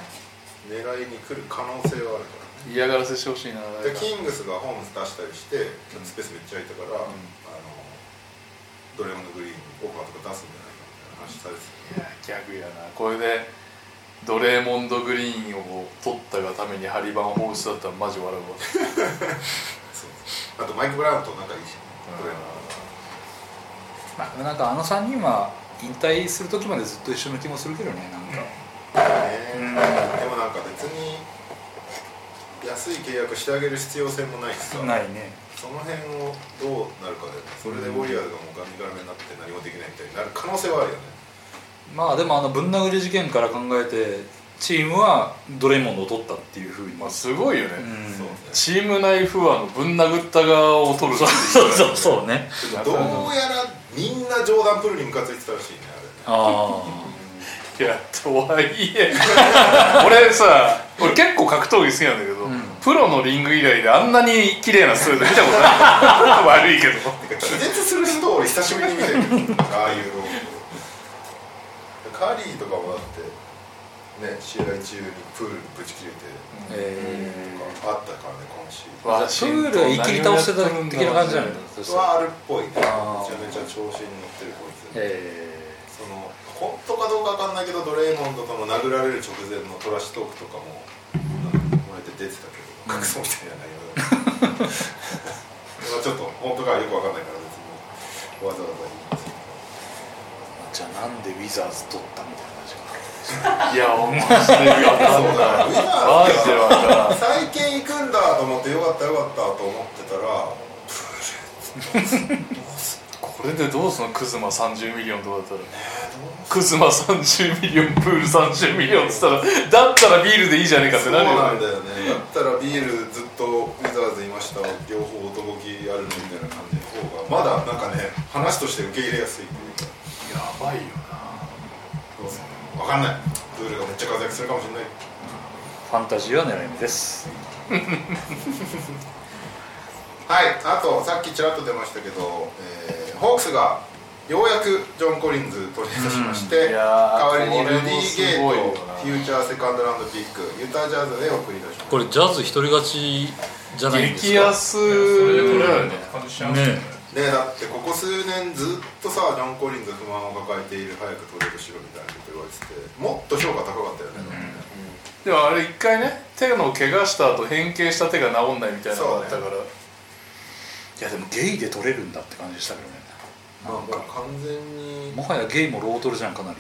狙いに来る可能性はあるからね嫌がらせしてほしいなでキングスがホームズ出したりしてキャッチスペースめっちゃ空いたから、あのドレモンド・グリーンにオファーとか出すんじゃないかみたいな話したりするいやギャグやなこれでドレーモンド・グリーンを取ったがためにハリバン放出だったらマジ笑うわそうそうあとマイク・ブラウンと仲いいし、ね、ドレモンドまあでもなんかあの3人は引退する時までずっと一緒の気もするけどねなんかねでもなんか別に安い契約してあげる必要性もないしさないねその辺をどうなるかでそれでウォリアーズがもうガミガミになって何もできないみたいになる可能性はあるよねまあでもあのぶん殴り事件から考えてチームはドレモンドを取ったっていうふうにまあすごいよね、うんそうねチーム内不安のぶん殴った側を取るそうそうそうそうねどうやらみんなジョーダン・プールにムカついてたらしいねあれねあいやとはいえ俺さ俺結構格闘技好きなんだけど、プロのリング以来であんなに綺麗なストレート見たこと ない悪いけど気絶する人を俺久しぶりに見たよああいうロープカリーとかもだってね試合中にプールにぶち切れて あえとかあったからね今週ーじゃあプールは生きり倒してた的な感じじゃないのそしたらはあるっぽいねめちあーゃめちゃ調子に乗ってるこいつ、えその本当かどうかわかんないけどドレイモンドとの殴られる直前のトラッシュトークとかもなんかもらえて出てたけど隠そうみたいな内容だった まあちょっと本当かはよくわかんないから別にわざわざ言いますけどーじゃあなんでウィザーズ取ったみたいな感じかいや面白いよそうだウィザマーズジでわか最近行くんだと思ってよかったよかったと思ってたらこれでどうすんのクズマ30ミリオンとかだったらクズマ30ミリオンプール30ミリオンっつったらだったらビールでいいじゃねえかってそうなるよなんだよねだったらビールずっとウィザーズいました両方男気あるのみたいな感じの方がまだなんかね話として受け入れやすいというかやばいよどうするのわかんないプールがめっちゃ活躍するかもしれないファンタジーは狙い目ですはいあとさっきちらっと出ましたけど、えーホークスがようやくジョン・コリンズトレードしましうんいて、代やわーりにルディ・ゲーこれもトすごいよなフューチャーセカンドラウンドピックユタ・ジャズで送り出しましたこれジャズ独り勝ちじゃなないんですか激安それで取れるんだって感じしちゃうんですねよねねだってここ数年ずっとさジョン・コリンズ不満を抱えている早くトレードしろみたいなこと言われててもっと評価高かったよね、でもあれ一回ね手の怪我した後変形した手が治んないみたいなのがあったから、いやでもゲイで取れるんだって感じしたけどねまあもう完全にもはやゲイもロートルじゃんかなり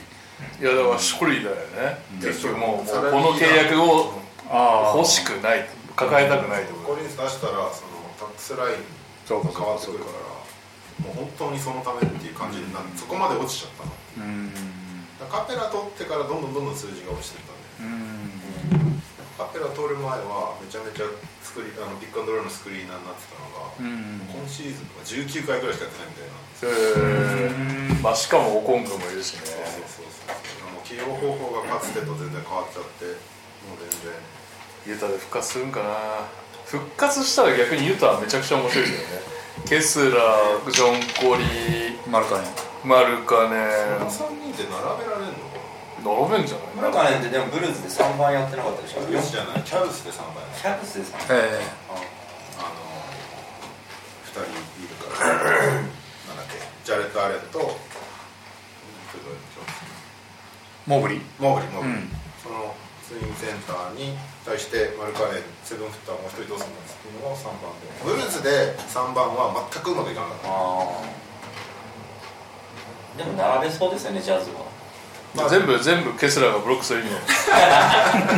いやだから処理だよね、結局もうもうサラリーこの契約をあ欲しくない抱えたくないってコこリンズ出したらそのタックスラインそう変かわってくそうかそうるかからもう本当にそのためっていう感じでなんそこまで落ちちゃったのうんだからカペラ取ってからどんどんどんどん数字が落ちてったんでカペラ取る前はめちゃめちゃスクリあのピックアンドロールのスクリーナーになってたのが、うんうん今シーズンは19回ぐらいしかやってないみたいなへーまあしかもオコングもいるしねそうそうそうもう起用方法がかつてと全然変わっちゃってもうユ全然タで復活するんかな復活したら逆にユタはめちゃくちゃ面白いけどねケスラージョン・コリーマルカネマルカネこの3人で並べられるの並べんじゃブないルカネンってでもブルーズで3番やってなかったでしょよしじゃないキャブスで3倍キャブスですかえあの2人いるからなんだっけジャレット・アレンとえモーブリーモーブリーモーブリー、うんそのツインセンターに対してマルカネンセブンフッターもう1人どうするんだっていうのが3番でブルーズで3番は全くうまくいかなかったああでも並べそうですよねジャズはまあ全部全部ケスラーがブロックする意味の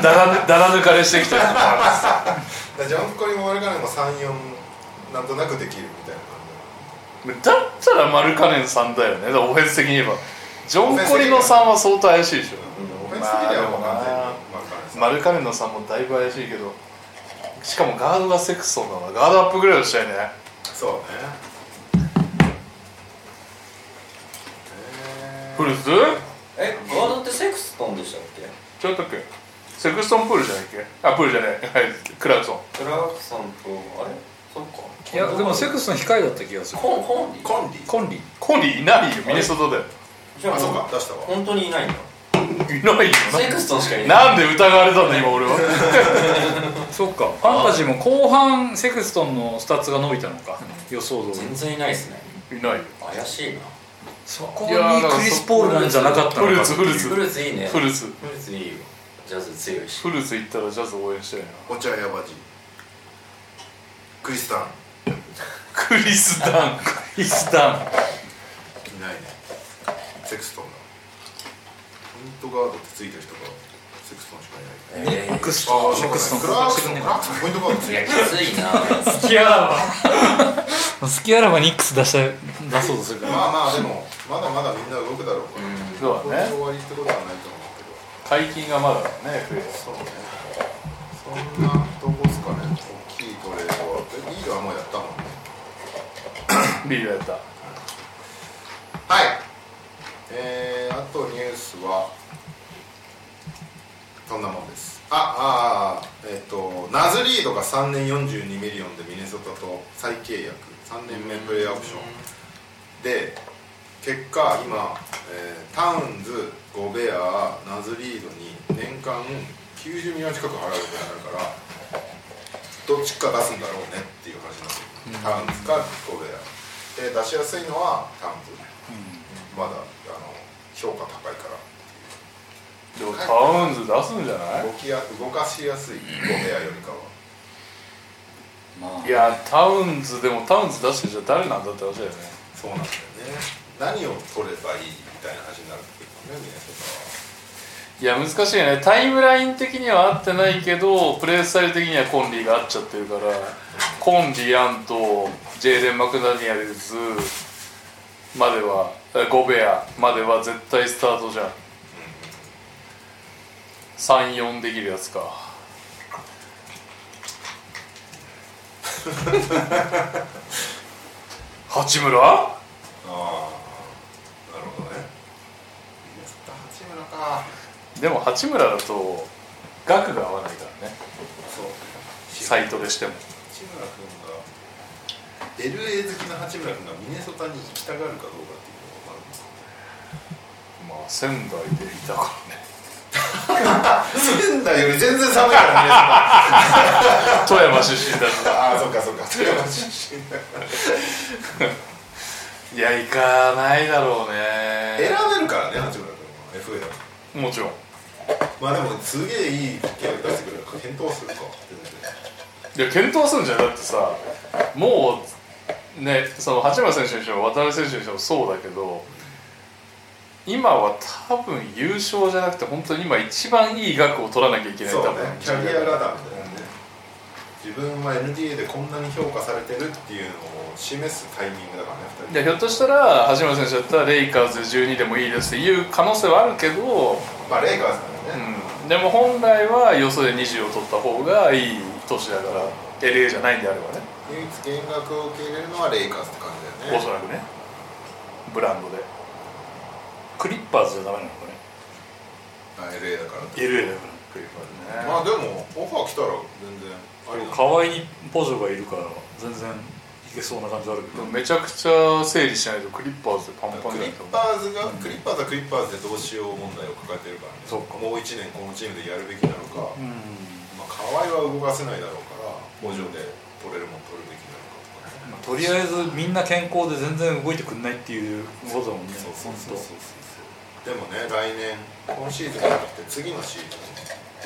だらだら抜かれしてきてるだからジャンコリもマルカネンも34なんとなくできるみたいな感じだったらマルカネンさんだよねだからオフェンス的に言えばジョン・コリのさんは相当怪しいでしょオフェンス的にはもう完全にマルカマルカネネンさんンのさんもだいぶ怪しいけどしかもガードがセクソンだなガードアップぐらいをしたいねそうねフルスえガードってセクストンでしたっけちょっとっけセクストンプールじゃないっけあプールじゃないはいクラクソンクラークソンとあれそっかいやでもセックスの控えだった気がするコンコンリーコンリーコンリーコリーいないよミネソタでじゃあそうか出したわ本当にいないんだいないよセクストンしかいないなんで疑われたんだ今俺はそっかファンタジーも後半セクストンのスタッツが伸びたのか予想通り全然いないですねいないよ怪しいなそこいやーだからにクリス・ポールなんじゃなかったフのかルーツフルーツフルーツいいねフルーツフルーツいいよジャズ強いしフルーツ行ったらジャズ応援したいなお茶やばじクリスタンクリスダンイスタンいないねセクストンだポイントガードってついてる人がセクストンしかいないえセクスあトあンセクストンクラークソンクラークソンポイントガードついー、いてやるきついな好きやだわ好きあらばニックス出した出そうとするからまあまあでもまだまだみんな動くだろうからそうこれだでね終わりってことはないと思うけど解禁がまだだね冬そうねそんなどこですかね大きいトレードはえリードはもうやったもんねビールやったはい。えー、あとニュースはそんなもんです。あ、あーえっ、とナズリードが3年42ミリオンでミネソタと再契約、3年目プレーオプションで結果今、えータウンズ、ゴベア、ナズリードに年間90ミリオン近く払うことになるから。どっちか出すんだろうねっていう話になってる、タウンズかゴベアで出しやすいのはタウンズ、まだあの評価高いからでもタウンズ出すんじゃない動きや動かしやすいゴベアよりかはまあいやタウンズでもタウンズ出してじゃあ誰なんだって話だよねそうなんだよね何を取ればいいみたいな話になるってことねミネソいや難しいよねタイムライン的には合ってないけどプレースタイル的にはコンリーが合っちゃってるからコンリアンとジェイレン・マクダニエルズまではえゴベアまでは絶対スタートじゃん34できるやつか八村タはああなるほどねミネソタ八村かでも八村だと額が合わないからねそうサイトでしても八村君が LA 好きな八村君がミネソタに行きたがるかどうかっていうのがあるんですかまあ仙台でいたからね 仙台より全然寒いからね富山出身だか ああそっかそっか富山出身だかららいや行かないだろう選ねべるからね八村君は FA だともちろんまあでもすげえいい契約出してくれるから検討するか全然いや検討するんじゃんだってさもうねその八村選手にしても渡辺選手にしてもそうだけど今は多分優勝じゃなくて本当に今一番いい額を取らなきゃいけないそう多ね分キャリアがダメだよね自分は NDA でこんなに評価されてるっていうのを示すタイミングだからね2人いやひょっとしたら橋本選手だったらレイカーズ12でもいいですっていう可能性はあるけど、まあレイカーズなんでね、うん、でも本来は予想で20を取った方がいい年だから LA じゃないんであればね唯一減額を受け入れるのはレイカーズって感おじだよねそらくねブランドでクリッパーズじゃダメなのかねあ LA だからって LA だかクリファーまあでもオファー来たら全然ありだら河合にポジョがいるから全然いけそうな感じあるけでどもめちゃくちゃ整理しないとクリッパーズでパンパンクになリるッと思うパーズが、クリッパーズはクリッパーズでどうしよう問題を抱えてるからねそっかもう1年このチームでやるべきなのか、うんまあ、河合は動かせないだろうから工場で取れるもん取るべきなのかとかね、まあとりあえずみんな健康で全然動いてくんないっていうことだもんねそうそうそう本そうでもね来年今シーズンじゃなくて次のシーズ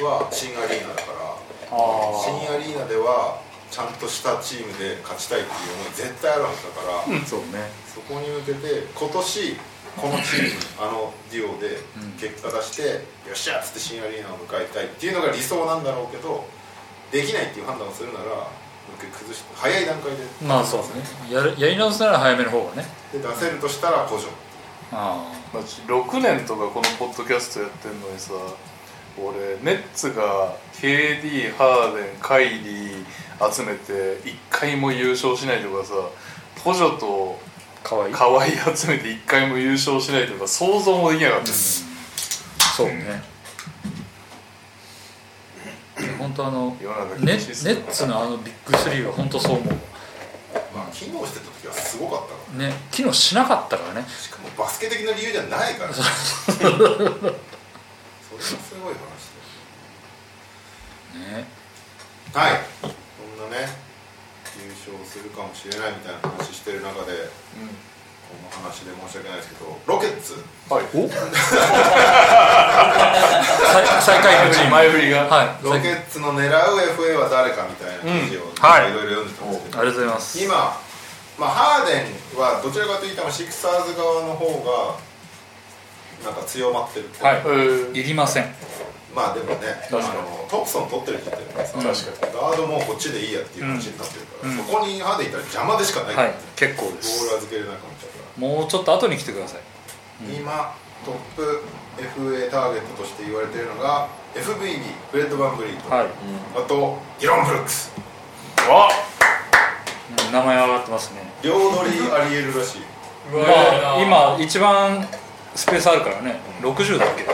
ンは新アリーナだから当ああ新アリーナではちゃんとしたチームで勝ちたいっていう思い絶対あるはずだから、そうねそこに向けて今年このチームあのデュオで結果出して、よっしゃっつって新アリーナを迎えたいっていうのが理想なんだろうけどできないっていう判断をするならもう一回崩して早い段階でまあそうねやるやり直すなら早めの方がねで出せるとしたら補助あまあ6年とかこのポッドキャストやってんのにさ俺ネッツが KD ハーデンカイリー集めて1回も優勝しないとかさポジョとあかわいい河合集めて1回も優勝しないとか想像もできなかったです、そうね本当あの世の中ネネ厳しいっすねッツのあのビッグスリーは本当そう思うまあ機能してた時はすごかったかね機能しなかったからねらしかもバスケ的な理由じゃないからそれはすごい話ねだよはいこんなね優勝するかもしれないみたいな話してる中でこの話で申し訳ないですけどロケッツうん、はいお 最最下位のチーム前振りが、はいロケ最ッツの狙う FA は誰かみたいな記事を、うんはいいろいろ読んでたんですけどありがとうございます今、まあ、ハーデンはどちらかというと今シクサーズ側の方がなんか強まってるってはいえーいりませんまあでもねあ確かにのトンプソン取ってる時点でさ、うんガードもうこっちでいいやっていう話になってるから、そこにハーデンいたら邪魔でしかない、はいボ結構でーすル預けれなくなっちゃうから。もうちょっと後に来てください今トップ FA ターゲットとして言われているのが FBB フレッド・バンブリーと、はあいとディロン・ブルックスあうん名前上がってますね両取りありえるらしいまあ今一番スペースあるからね60だっけ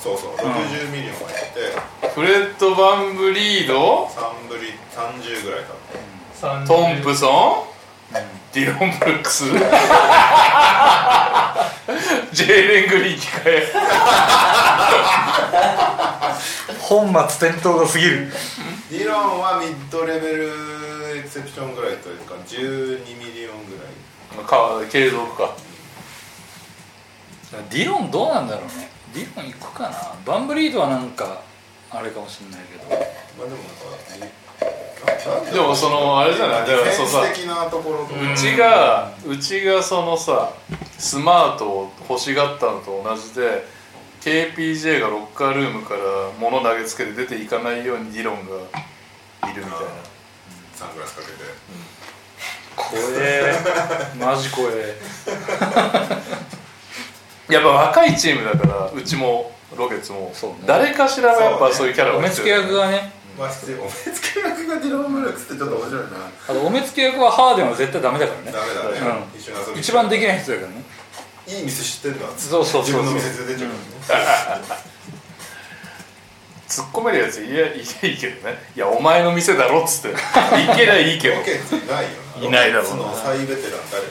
そうそう60ミリオン入ってフレッド・バンブリード3ぶり30ぐらいか30トンプソン、ディロン・ブルックス ジェイレン・グリーン控え本末転倒がすぎるディロンはミッドレベルエクセプションぐらいというか12ミリオンぐらいか継続かディロンどうなんだろうねディロン行くかなバンブリードはなんかあれかもしれないけどまあでもなんかななんだでもそのあれじゃないデだィかフらそうさェンス的なところとか、うちがうちがそのさスマートを欲しがったのと同じで KPJ がロッカールームから物投げつけて出ていかないようにディロンがいるみたいなサングラスかけて怖えマジ怖えやっぱ若いチームだからうちもロケッツも、そうね誰かしらはやっぱそういうキャラおが目付け役がねまあ、お目付け役がディロン・ブルックスってちょっと面白いなあとお目付け役はハーデンは絶対ダメだからねダメだね、う一緒に遊びに行く一番できない人だからねいい店知ってるんだそうそう自そう分のそう店で出ちゃう突っ込めるやついやいやいいけどねいやお前の店だろっつって行けりゃいいけどロケッツいないよないないだろうなその最ベテラン誰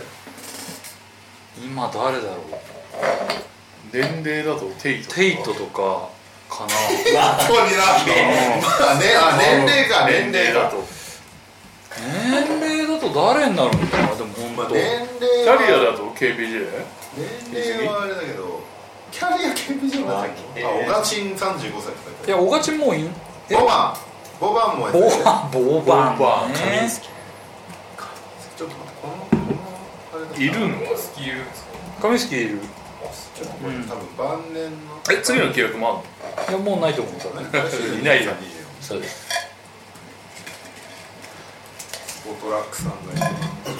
今誰だろう年齢だとテイトとかテイトとかかなそうになまあねあ年齢か年齢だかと年齢だと誰になるのかなでもまあ本当年キ齢ャリアはだと KPJ 年齢はあれだけどキャリア研究所だったっけあオガチン35歳って書いいてあや小勝もういんるボバンボバンもやってボるーバンボーバンボーバンねちょっと待ってこのこのあれだいるの好きいるんですか紙好きいるちょっとこれ多分晩年のえ次の契約もいやもうないと思う多分いないじゃんそうですゴトラックさんが一番紹介してから、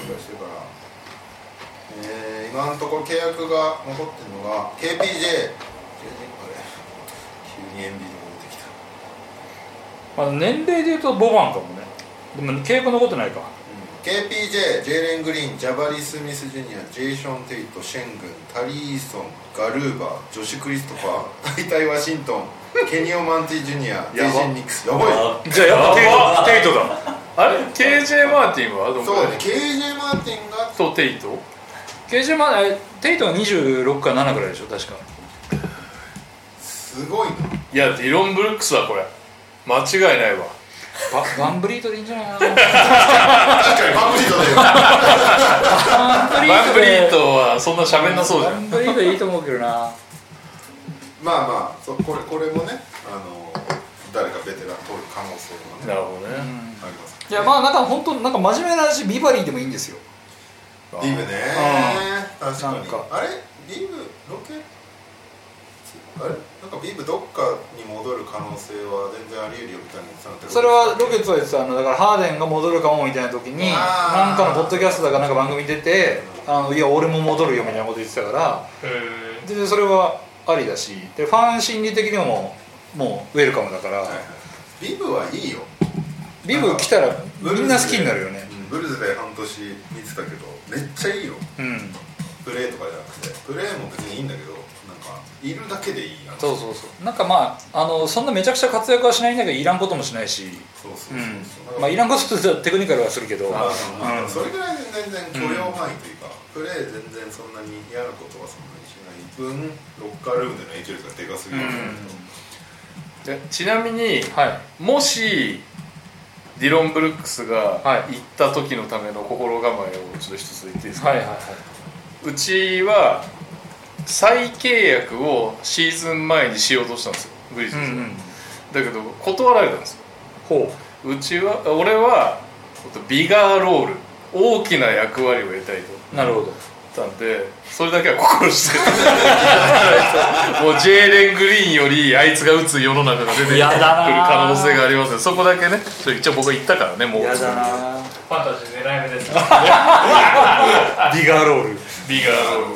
えー今のところ契約が残ってるのが KPJ あれ急にエンビードが出てきたまあ、年齢でいうとボバンかもねでも契約残ってないか KPJ、ジェイレン・グリーン、ジャバリ・スミス・ジュニア、ジェイション・テイト、シェングン、タリー・イーソン、ガルーバー、ジョシュ・クリストファー、大体ワシントン、ケニオ・マンティ・ジュニア、デイジン・ニックス、やばいじゃあやっぱテイトテイトだあれ KJ マーティンはどこそうだね、KJ ・マーティンが、とテイト刑までテイトが26か7ぐらいでしょ確かすごいな、いやディロン・ブルックスだこれ間違いないわババンブリートでいいんじゃ ないかな確かにパンプリートだよ。ババンブリーでトはそんな喋んなそうじゃバんンブリートでいいと思うけどなまあまあそうこれこれもねあの誰かベテラン取る可能性もねなるほどねありますいやまあなんか本当なんか真面目な話ビバリーでもいいんですよリブね確かなんにかあれリブロケあれなんかビブどっかに戻る可能性は全然あり得るよみたいなそそれはロケットでさあのだからハーデンが戻るかもみたいな時にあーなんかのポッドキャストだかなんか番組出てあのいや俺も戻るよみたいなこと言ってたからえ全然それはありだしでファン心理的にももうウェルカムだから、ビブはいいよビブ来たらみんな好きになるよねブルーズで半年見てたけどめっちゃいいようんプレーとかじゃなくてプレーも別にいいんだけどなんかいるだけでいいなそうそうそうなんかまああのそんなめちゃくちゃ活躍はしないんだけどいらんこともしないし、そうそうそうう、んなんかまあ、いらんことって言ったらテクニカルはするけどまあまあうんそれぐらいで全然許容範囲というか、プレー全然そんなに嫌なことはそんなにしない分ロッカールームでの影響力がでかすぎる、でちなみにはいもしディロン・ブルックスがはい行った時のための心構えをちょっと一つ言っていいですか、はいはいはいうちは再契約をシーズン前にしようとしたんですよグリズうムズが、んうんだけど断られたんですよほうちは俺はビガーロール大きな役割を得たいとうなるほど思ったんでそれだけは心してるもうジェーレン・グリーンよりあいつが打つ世の中が出てくるやだな可能性がありますねそこだけねちょ一応僕は言ったからねもうなーファンタジー狙い目ですねビガーロールビガーロール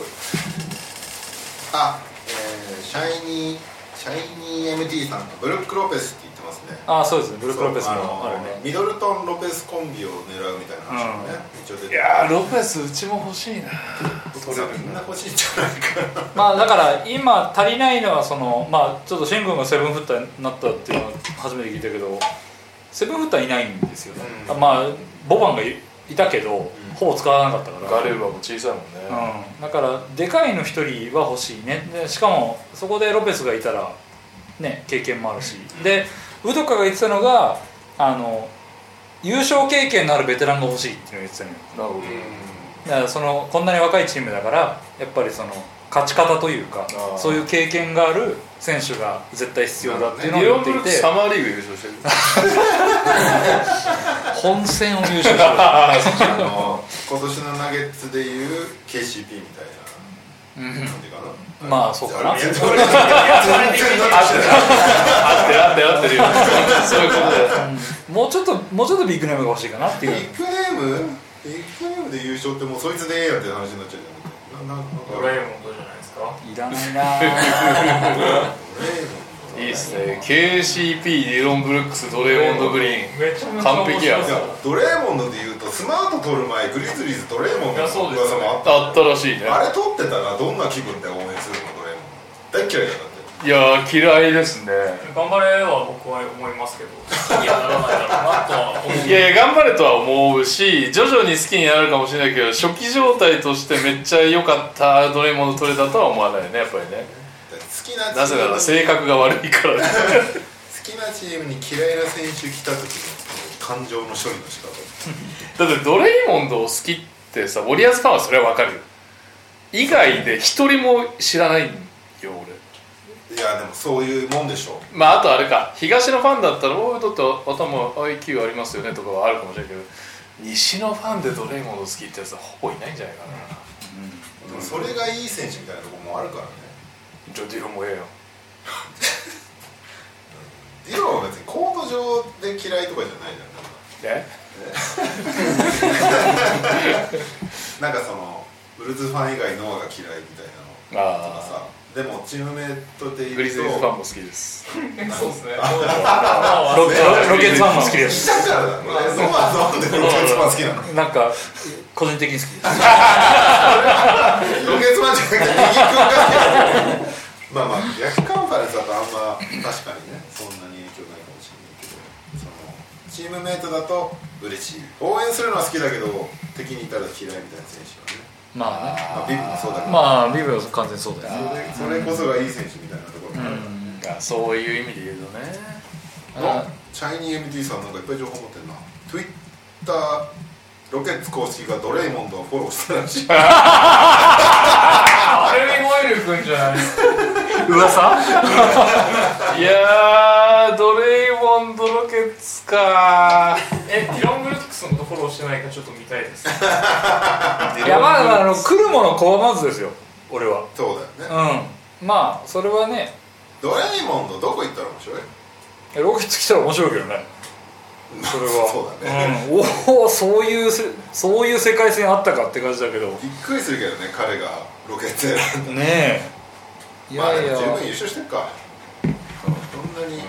あ、えーシャイニーシャイニー MT さんがブルック・ロペスって言ってますねああそうですねブルック・ロペスそうもあるのねミドルトン・ロペスコンビを狙うみたいな話もね、一応出ていやーロペスうちも欲しいなそれみんな欲しいんじゃないかなまあだから今足りないのはそのまあちょっとシェン君がセブンフッターになったっていうのは初めて聞いたけどセブンフッターいないんですよね、うんまあボバンがいいたけど、ほぼ使わなかったかガらレーバも小さいもんね、うん、だからでかいの一人は欲しいねでしかもそこでロペスがいたらね経験もあるしでウドカが言ってたのがあの優勝経験のあるベテランが欲しいっていうのを言ってたのよなるほど、だからそのこんなに若いチームだからやっぱりその勝ち方というかあーそういう経験がある選手が絶対必要だっていうのディロン・をブ言ルっックていスてサマーリーグ優勝してる本戦を優 勝しああそっあの今年のナゲッツでいう KCP みたいな感じかな、てるまあそうかなあれ全然俺全然納得してないてる合ってる合ってるよそういうことだよもうちょっともうちょっとビッグネームが欲しいかなってビ いうッグネームビッグネームで優勝ってもうそいつでええやんって話になっちゃうじゃんなななんかドドレライえモンもんとじゃないですかいらないなあドいいですね KCP ディロン・ブルックスドレーモンド・グリーンめちゃめちゃ完璧や面いや白そうドレーモンドで言うとスマート取る前グリズリーズドレーモンドのいやそうです噂よねもあったあったらしいねあれ取ってたらどんな気分で応援するのドレーモンド大っ嫌いだよだっていやー嫌いですね頑張れは僕は思いますけど好きにはならないだろうなとは思いうやいや頑張れとは思うし徐々に好きになるかもしれないけど初期状態としてめっちゃ良かったドレーモンド取れたとは思わないねやっぱりねだって好きななチぜーなムら性格が悪いからね 好きなチームに嫌いな選手来た時の感情の処理の仕方だってドレイモンドを好きってさウォリアーズファンはそれはわかるよ以外で一人も知らないんよ俺いやでもそういうもんでしょまああとあれか東のファンだったら「おいだって頭 IQ ありますよね」とかはあるかもしれないけど西のファンでドレイモンド好きってやつはほぼいないんじゃないかなうでもそれがいい選手みたいなとこもあるからねジョディロンもええよディロンは別にコート上で嫌いとかじゃないじゃんえ なんかそのウルズファン以外ノアが嫌いみたいなのとかさでもチームメートでいグリるズとリーズファンも好きですそうですね。ロロケッツファンも好きですだからだね ノアなんでロケッツマン好きなのなんか個人的に好きです ロケッツマンじゃなくて右君が好きなのまあまあ逆カンファレンスだとあんま確かにねそんなに影響ないかもしれないけどそのチームメートだと嬉しい応援するのは好きだけど敵にいたら嫌いみたいな選手はねまあねまあビブもそうだけど、まあビブは完全にそうだよねそれそれこそがいい選手みたいなところもあるあそういう意味で言うとねあチャイニー MD さんなんかいっぱい情報持ってるな Twitter ロケッツ公式がドレイモンドをフォローしたらしいアルミホイル君じゃないですか。いやードレイモンドロケッツかえ、ディロン・ブルックスのことフォローしてないかちょっと見たいです。いやまああの来るもの拒まずですよ俺はそうだよねうんまあそれはねドレイモンドどこ行ったら面白いロケッツ来たら面白いけどねそれ はそうだねうん、おおそういうせそういう世界線あったかって感じだけどねびっくりするけどね彼がロケッツ選んだえいまあやでいやも十分優勝してるかそんなに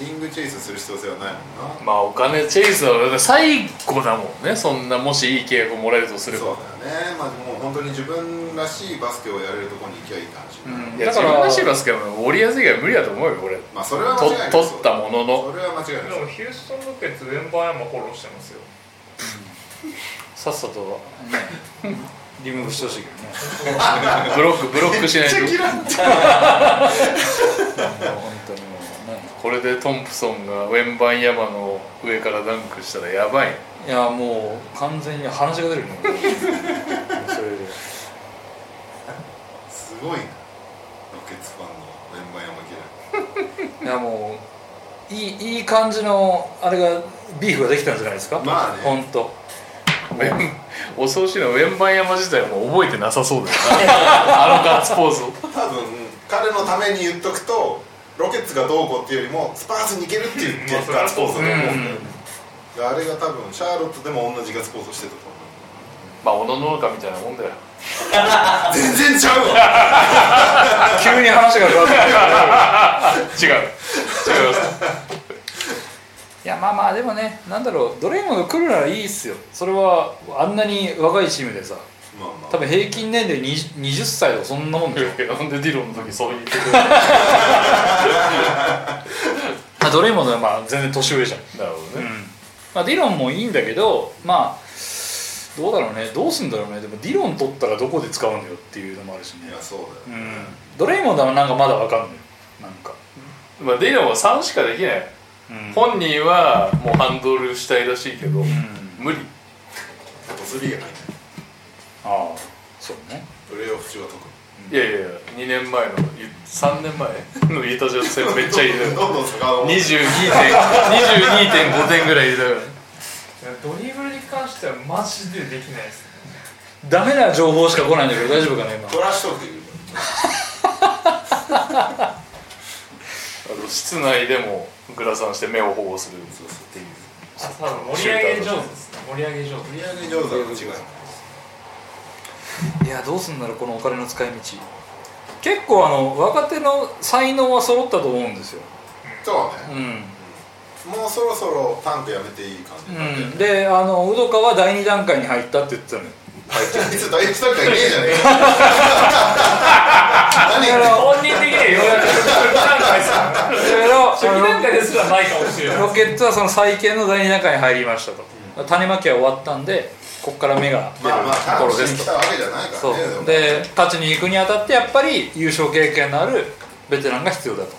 リングチェイスする必要性はないもんなまあお金チェイスは最後だもんねそんなもしいい契約をもらえるとすれそばうだよねまあもう本当に自分らしいバスケをやれるところに行きゃいいって話だねうんいやだか自ら分らしいバスケはウォリアーズ以外は無理だと思うよ俺まあそれは間と違いない取ったもののそれは間違いでないもヒューストン・ロケッツ、ウェンバーヤマフォローしてますよ。さっさと、ね、リムーブしてほしいけどねブロックブロックしないともう本当にもうねこれでトンプソンがウェンバンヤマの上からダンクしたらやばいいやもう完全に話 が出るねそれですごいなロケッツファンのメンバー山嫌いいやもういいいい感じのあれがビーフができたんじゃないですかまあね本当ウェン恐ろしいのはウェンバンヤマ自体も覚えてなさそうだよ なあのガッツポーズを多分彼のために言っとくとロケッツがどうこうっていうよりもスパーズに行けるっていうまあそれはガッツポーズだと思うんだよねであれが多分シャーロットでも同じガッツポーズしてたと思うまあおのののかみたいなもんだよ全然ちゃうわ急に話が変わってくる違う違いますいやまあまあでもねなんだろうドレイモンド来るならいいっすよそれはあんなに若いチームでさまあまあ多分平均年齢 20, 20歳とかそんなもんでしょ なんでディロンの時そう言ってくる まあドレイモンドはまあ全然年上じゃんなるほどね、まあ、ディロンもいいんだけどまあどうだろうねどうすんだろうねでもディロン取ったらどこで使うんだよっていうのもあるしいねや、そううだよ、ん、ドレイモンドはなんかまだわかんないなんか、まあ、ディロンは3しかできないうん本人はもうハンドルしたいらしいけど、うん無理あとスリーがないねああそうねプレーオフ中は特にいやいやいや2年前の3年前のイタジア戦めっちゃ入れ たよどんどん坂を22.5点ぐらい入れたからいやドリブルに関してはマジでできないですね。ダメな情報しか来ないんだけど大丈夫かな今トラッシュトークで言うあと室内でもグラサンして目を保護するっていうあ多分盛り上げ上手ですね。盛り上げ上手。売り上げ上手は間違いないいやどうすんだろうこのお金の使い道結構あの若手の才能は揃ったと思うんですよそううねん、もうそろそろタンクやめていい感じなんで、うん、であのウドカは第2段階に入ったって言ってたの よあいつ大一段階ねえじゃねえか何言ってんの本人的にはようやく初だけど期段階ですらないかもしれない。ロケットはその再建の第2段階に入りましたと、種まきは終わったんでここから芽が出るまあまあとこ楽ろでしみにす来と、たわけじゃないからねそうで勝ちに行くにあたってやっぱり優勝経験のあるベテランが必要だと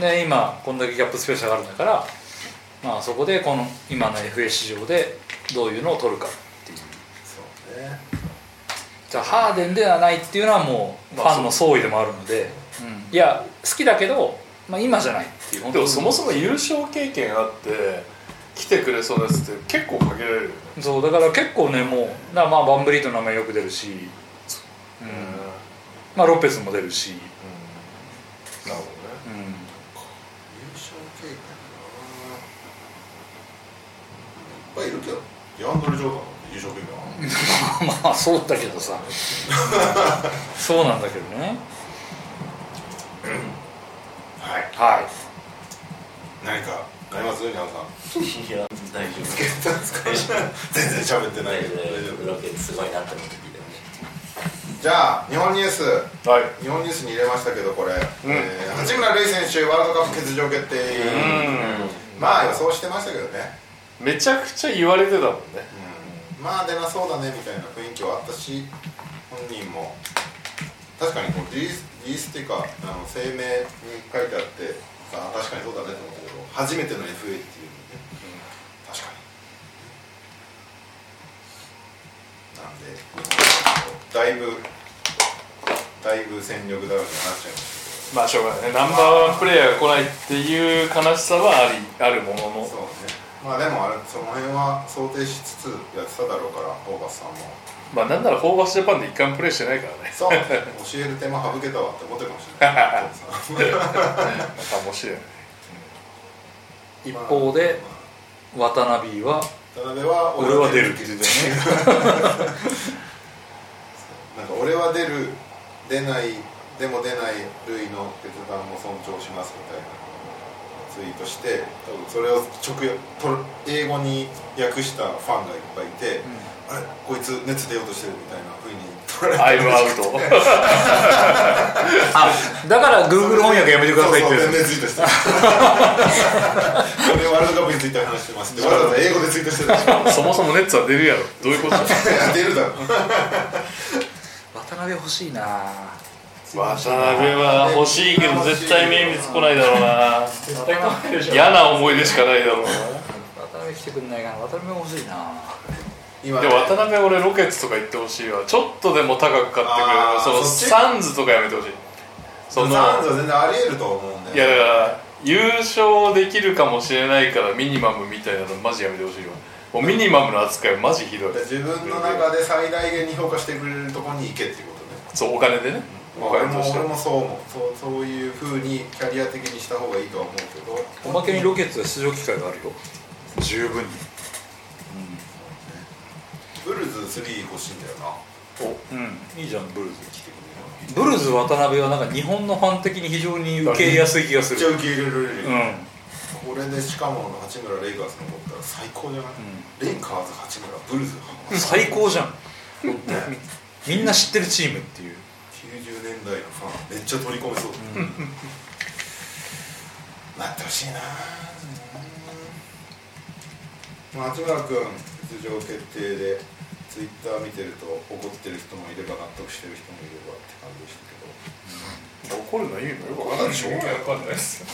で今こんだけギャップスペシャルがあるんだから、まあ、そこでこの今の FA 市場でどういうのを取るかっていうそうねじゃあハーデンではないっていうのはもうファンの総意でもあるので、うんいや好きだけど、まあ、今じゃないっていう本で当もにそもそも優勝経験あって来てくれそうなやつって結構かけられるよねそうだから結構ねもうだからまあバンブリートの名前よく出るし、うんまあ、ロペスも出るし、なるほうん優勝経験なぁいっぱいいるけどヤンドル・ジョーダン優勝組はまあそうだけどさそうなんだけどねはいはい何かありますニャンさんいや大丈夫全然喋ってない大け丈ど大丈夫夫ロケすごいなって思って聞いてましじゃあ日本ニュースはい日本ニュースに入れましたけどこれ、えー八村塁選手ワールドカップ欠場決定、まあ予想してましたけどね、めちゃくちゃ言われてたもんねまあ出なそうだねみたいな雰囲気はあったし本人も確かにこうリリースリリースっていうかあの声明に書いてあってあ確かにそうだねと思ったけど初めての FA っていうのね、確かになんでだいぶだいぶ戦力ダウンになっちゃいましたまあしょうがないねナンバーワンプレイヤーが来ないっていう悲しさはありあるもののそうねまあでもあれその辺は想定しつつやってただろうからホーバスさんもまあなんならホーバスジャパンで一回もプレーしてないからねそう教える手間省けたわって思ってるかもしれないそうそうかもしれない一方で渡辺は渡辺は俺は出るって言ってたよねなんか俺は出る出ないでも出ない類の決断も尊重しますみたいなツイートして多分それを直訳と英語に訳したファンがいっぱいいて、あれこいつ熱出ようとしてるみたいなふうに取らアれイてムアウトだから Google 翻訳やめてくださいってそう言そう全う然ツイートして る俺ワールドカップについて話してますってわざわざ英語でツイートしてたでし ょそもそもネッツは出るやろどういうこといや出るだろ渡辺欲しいな 渡辺は欲しいけど絶対名物来ないだろうな嫌な思い出しかないだろうな渡辺来てくんないかな渡辺欲しいな今でも渡辺俺ロケツとか行ってほしいわちょっとでも高く買ってくれあるーそのそっちサンズとかやめてほしいそのザーンズは全然あり得ると思うんいでやだから優勝できるかもしれないからミニマムみたいなのマジやめてほしいよもうミニマムの扱いマジひどい自分の中で最大限に評価してくれるところに行けっていうことねそうお金でねお俺金ともして俺もそう思うそうそういうふうにキャリア的にした方がいいとは思うけどおまけにロケットで出場機会があるよ十分にブルズ3欲しいんだよなうんいいじゃんブルズブルズ渡辺はなんか日本のファン的に非常に受け入れやすい気がすめっちゃる受け入れられるよ、うんこれでしかも八村レイカーズ残ったら最高じゃない、レイカーズ八村ブルズ最高じゃんみんな知ってるチームっていう90年代のファンめっちゃ取り込 めそうだ、なってほしいなうん松村君出場決定でツイッター見てると怒ってる人もいれば納得してる人もいればって感じでしたけど怒るのいいのよまだしょうがないわかんないです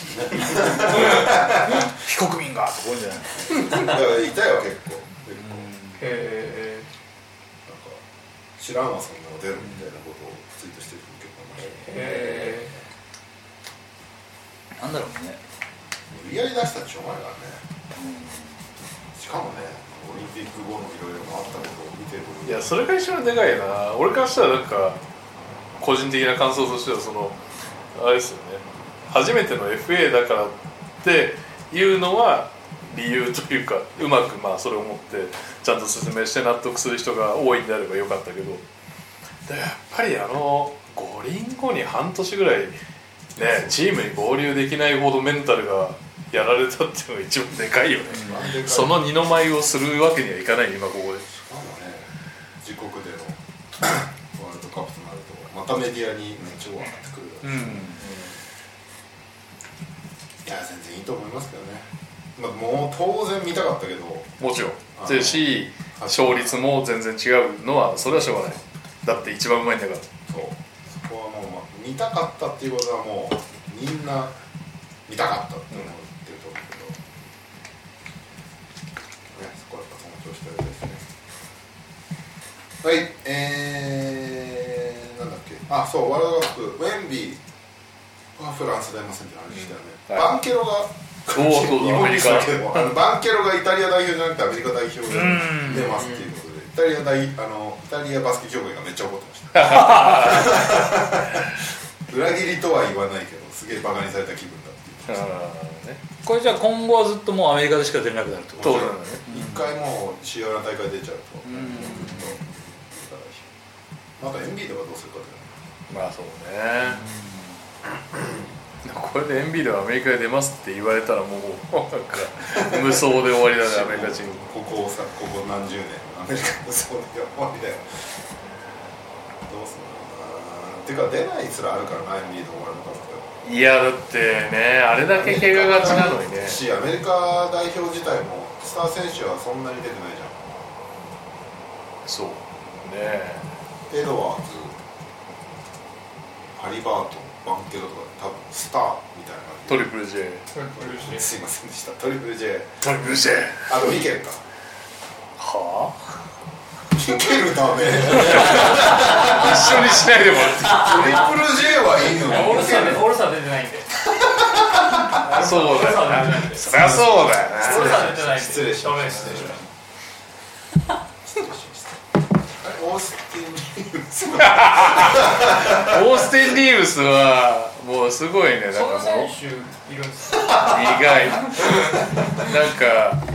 非国民がとかじゃないだからいたよ結構結構へなんか知らんわそんなの出るみたいなことをツイートしてる人結構いましたえへなんだろうね無理やり出したらしょうがないからねしかもねオリンピック後のいろいろあったことを見てるいやそれが一番でかいな俺からしたらなんか個人的な感想としてはそのあれですよね初めての FA だからっていうのは理由というかうまくまあそれを持ってちゃんと説明して納得する人が多いんであればよかったけどでやっぱりあの五輪後に半年ぐらいねチームに合流できないほどメンタルがやられたっていうのが一番でかいよねその二の舞をするわけにはいかない今ここで。しかもね自国でのワールドカップとなるとまたメディアに熱を上がってくるだろうし、いや全然いいと思いますけどね、まあ、もう当然見たかったけどもちろんあですしはい勝率も全然違うのはそれはしょうがないだって一番うまいんだからそうそこはもう、まあ、見たかったっていうことはもうみんな見たかったって思ってると思うけど、ね、そこはやっぱ尊重してるですねはいえー、なんだっけあそうワールドカップウェンビーはフランス出ませんって話したよね、うんバンケロがそうそうだアメリカ日本にしたけどあのバンケロがイタリア代表じゃなくてアメリカ代表が出ますっていうことでイタリア大あのイタリアバスケ協会がめっちゃ怒ってました 裏切りとは言わないけどすげえバカにされた気分だって言ってあーねこれじゃあ今後はずっともうアメリカでしか出れなくなるってこと当然だね一回もう主要な大会出ちゃうと、また NB とかどうするかだまあそうねこれでエンビードはアメリカで出ますって言われたらもうなんか無双で終わりだねアメリカチームよねここさここ何十年アメリカのそうで終わりだよどうすんのかなてか出ないすらあるからな NB とかワールドカップいやだってねあれだけ怪我がちなのにねしアメリカ代表自体もスター選手はそんなに出てないじゃんそうねエドワーズハリバートバンケロとか多分スターみたいな感じトリプル J すいませんでしたトリプル J トリプル J あとミケルかはあミケルダメ一緒にしないでもらってトリプル J はいいのオールスターでにオールスター出てないんでそうオールだよスター出てないんでそりゃそうだよねオールスター出てないんで失礼しダメまでしすたねあれオースティン・リーブスオースティン・リーブスはもうすごいねなんかそんなもう選手いるんですか苦いなんか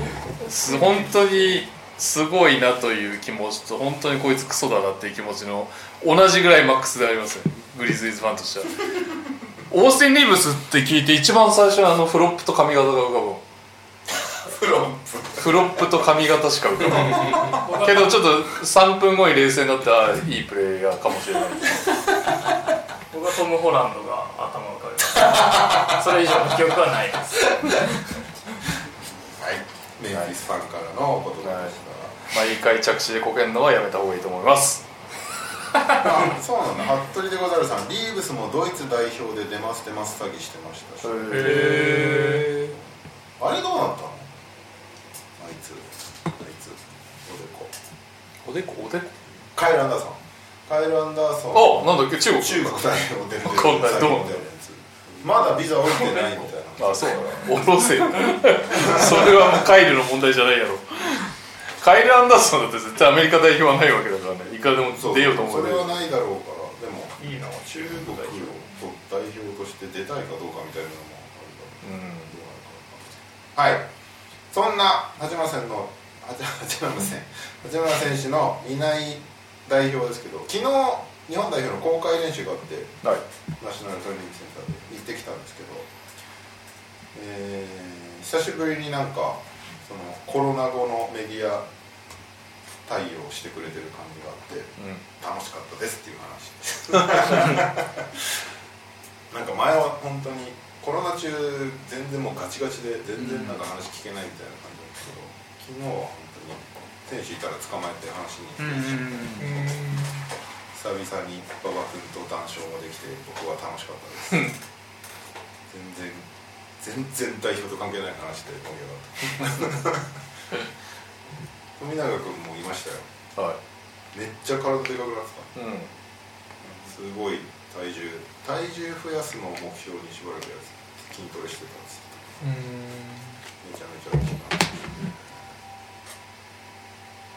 す本当にすごいなという気持ちと本当にこいつクソだなっていう気持ちの同じぐらいマックスでありますねグリズイズファンとしてはオースティン・リーブスって聞いて一番最初はあのフロップと髪型が浮かぶフロップと髪型しか浮かばんけどちょっと3分後に冷静になってあいいプレイヤーかもしれない僕はトム・ホランドが頭を浮かべますそれ以上の記憶はないですはいメンフィスファンからの言葉でした毎回着地でこけるのはやめた方がいいと思いますあそうなんだ服部でござるさんリーブスもドイツ代表で出ます出ます詐欺してましたしあれへどうなったのあいつあいつおでこおでこおでこカイル・アンダーソンカイル・アンダーソンあ、なんだっけ、中国。中国代表で出るこんなんどう最近出るやつまだビザ降りてないみたいあ、 なそうだ。おろせよ。それはもうカイルの問題じゃないやろ。カイル・アンダーソンだって絶対アメリカ代表はないわけだからね。いくらでもそう出ようと思そうれけどはないだろうからでもいいな中国を代表として出たいかどうかみたいなのもあるだろううはい、そんな八村選の八八村選八村選手のいない代表ですけど昨日日本代表の公開練習があってん。はい。ナショナルトレーニングセンターで行ってきたんですけど、えー久しぶりになんかそのコロナ後のメディア対応してくれてる感じがあって楽しかったですっていう話なんか前は本当にコロナ中全然もうガチガチで全然なんか話聞けないみたいな感じだったけど、昨日は本当に選手いたら捕まえて話に行ってるし、久々に馬場君と談笑ができて僕は楽しかったです全然全然代表と関係ない話で盛り上がった富永君もいましたうよん。はめっちゃ体でかくなってたい。うん。すごい体重体重増やすのを目標にしばらくやつ筋トレしてたんですめちゃめちゃ大きくなって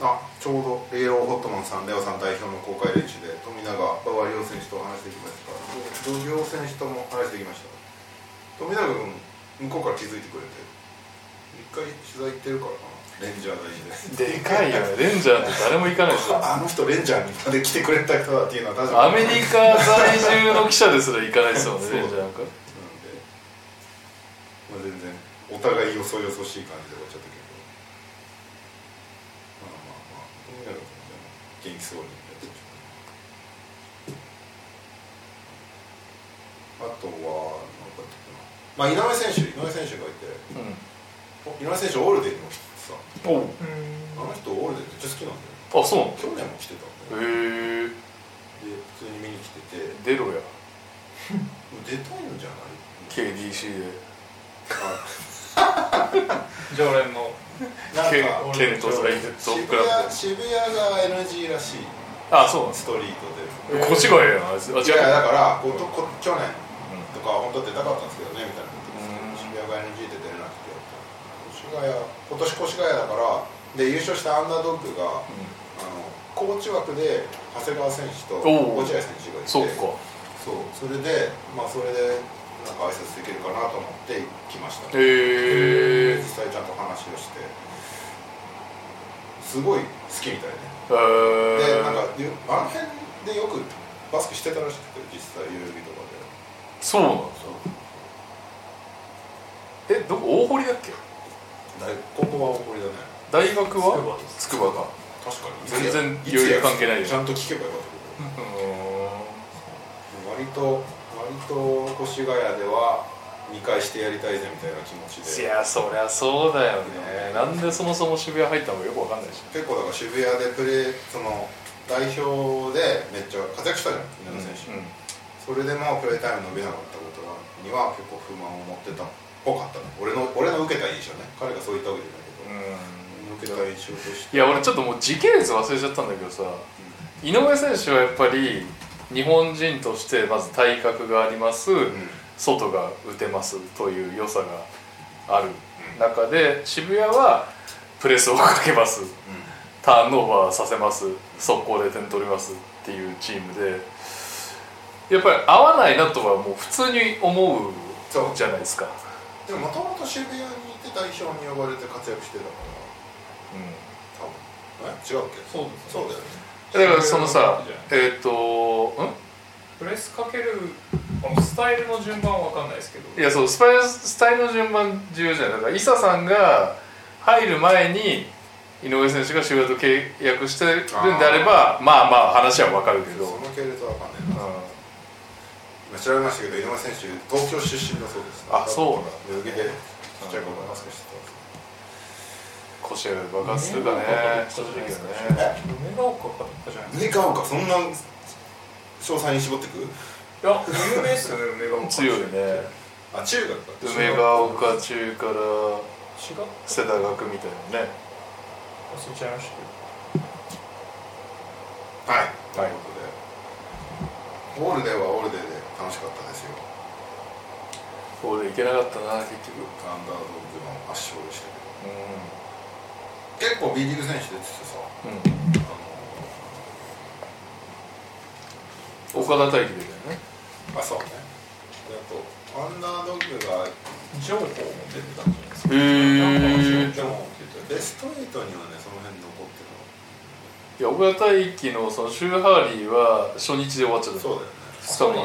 あちょうどレイロー・ホットマンさんレオさん代表の公開練習で富永馬場亮選手とお話できました土壌選手とも話できました富永君向こうから気づいてくれて一回取材行ってるからなレンジャー大事ですでかいよね。レンジャーって誰も行かないですよ。あの人レンジャーにまで来てくれた人だっていうのは確アかにメリカ在住の記者ですら行かないですよね、レンジャーなんか。なんで、まあ、全然お互いよそよそしい感じで終わっちゃったけどまあまあまあとにかく元気そうにやってましたあとは何かあったかなまあ井上選手井上選手がいてお井上選手オールデンにも来ててさあうん。の人オールデンめっちゃ好きなんだよおあ、そうなの去年も来てたんだよへえ。で普通に見に来てて出でろや。も出たいんじゃない KDC で。あ常連のなんケかンケントスライド渋クラブ谷渋谷が NG らしいあ、そうなんですストリートでか。越谷やな、あいつ。あ、いや違う。だからここ去年とかは本当は出たかったんですけどねみたいなことですけど渋谷が NG で出れなくて越谷今年越谷だからで優勝したアンダードッグが、あのコーチ枠で長谷川選手とおう落合選手がいてそっか。そうそれでまあそれでなんか挨拶できるかなと思って来ました、へえ実際ちゃんと話をしてすごい好きみたいででなんかゆあの辺でよくバスケしてたらしくて実際代々木とかでそうなのそうえどこ大堀だっけ大ここは誇りだね大学は筑波か確かに全然いつ代々木や関係ないちゃんと聞けばよかったけど割と割と越谷では見返してやりたいぜみたいな気持ちいでやそりゃそうだよねなんでそもそも渋谷入ったのかよくわかんないし結構だから渋谷でプレーその代表でめっちゃ活躍したじゃん稲田選う手、んそれでもプレータイム伸びなかったことには結構不満を持ってたっぽかったね俺の俺の受けた印象ね彼がそう言ったわけじゃないけど、受けた印象としていや俺ちょっともう時系列忘れちゃったんだけどさ、井上選手はやっぱり日本人としてまず体格があります、うん外が打てますという良さがある中で渋谷はプレスをかけます、ターンオーバーさせます速攻で点取りますっていうチームでやっぱり合わないなとはもう普通に思うそうじゃないですか、でももともと渋谷にいて代表に呼ばれて活躍してたから多分え違うっけそうですそうだよねだからそのさえっ、とんプレスかけるあのスタイルの順番は分かんないですけどいやそうスパイスタイルの順番重要じゃないだから伊佐さんが入る前に井上選手が渋谷と契約してるんであればまあまあ話はわかるけど、その系列は分かんないなう今調べましたけど井上選手東京出身だそうですあそうなんだ代々木でちっちゃい頃からバスケしてたん、腰が爆発するかね正直んねですね梅ヶ丘かどっかじゃないえガオかそんな詳細に絞ってくいや有名ですよね梅ヶ丘強いねあ中学だ梅ヶ丘中から違う世田学みたいなね忘れちゃいましたけどはい、ということで、オールデーはオールデーで楽しかったですよ、俺行けなかったな結局アンダードッグの圧勝でしたけうど、結構 B リーグ選手出ててさ、あん、のうん、岡田大輝出たよねあ、そうね、であと、アンダードッグが情報も出てたんじゃないですかへ情報も出てベスト8にはね、その辺残ってるいや岡田大輝のそのシューハーリーは初日で終わっちゃったの、そうだよ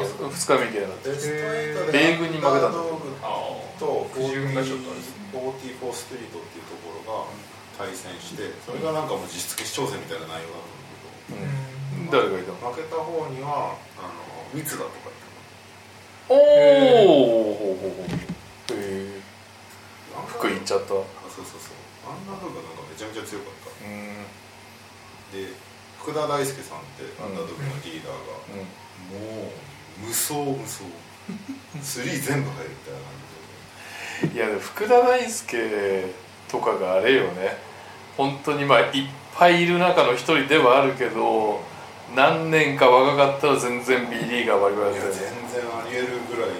ね、 2日も2日目行けなかっベスト米8で軍に負けアたんだンダードッグああと不純がちょっとあれですね44ストリートっていうところが対戦して、それがなんかもう実質決勝戦みたいな内容だったんだた誰がけど。いたの負けた方にはあの密だとか言っておおほうほうほうへえあんな福井行っちゃったうあそうそうそうあんなとかなんかめちゃめちゃ強かったんで福田大輔さんってアンダードッグのリーダーが、もう無双無双 スリー全部入るみたいな感いやでも福田大輔とかがあれよね本当にまあいっぱいいる中の一人ではあるけど何年か若かったら全然 B リーガーバリバリじだでいよやね全然ありえるぐらい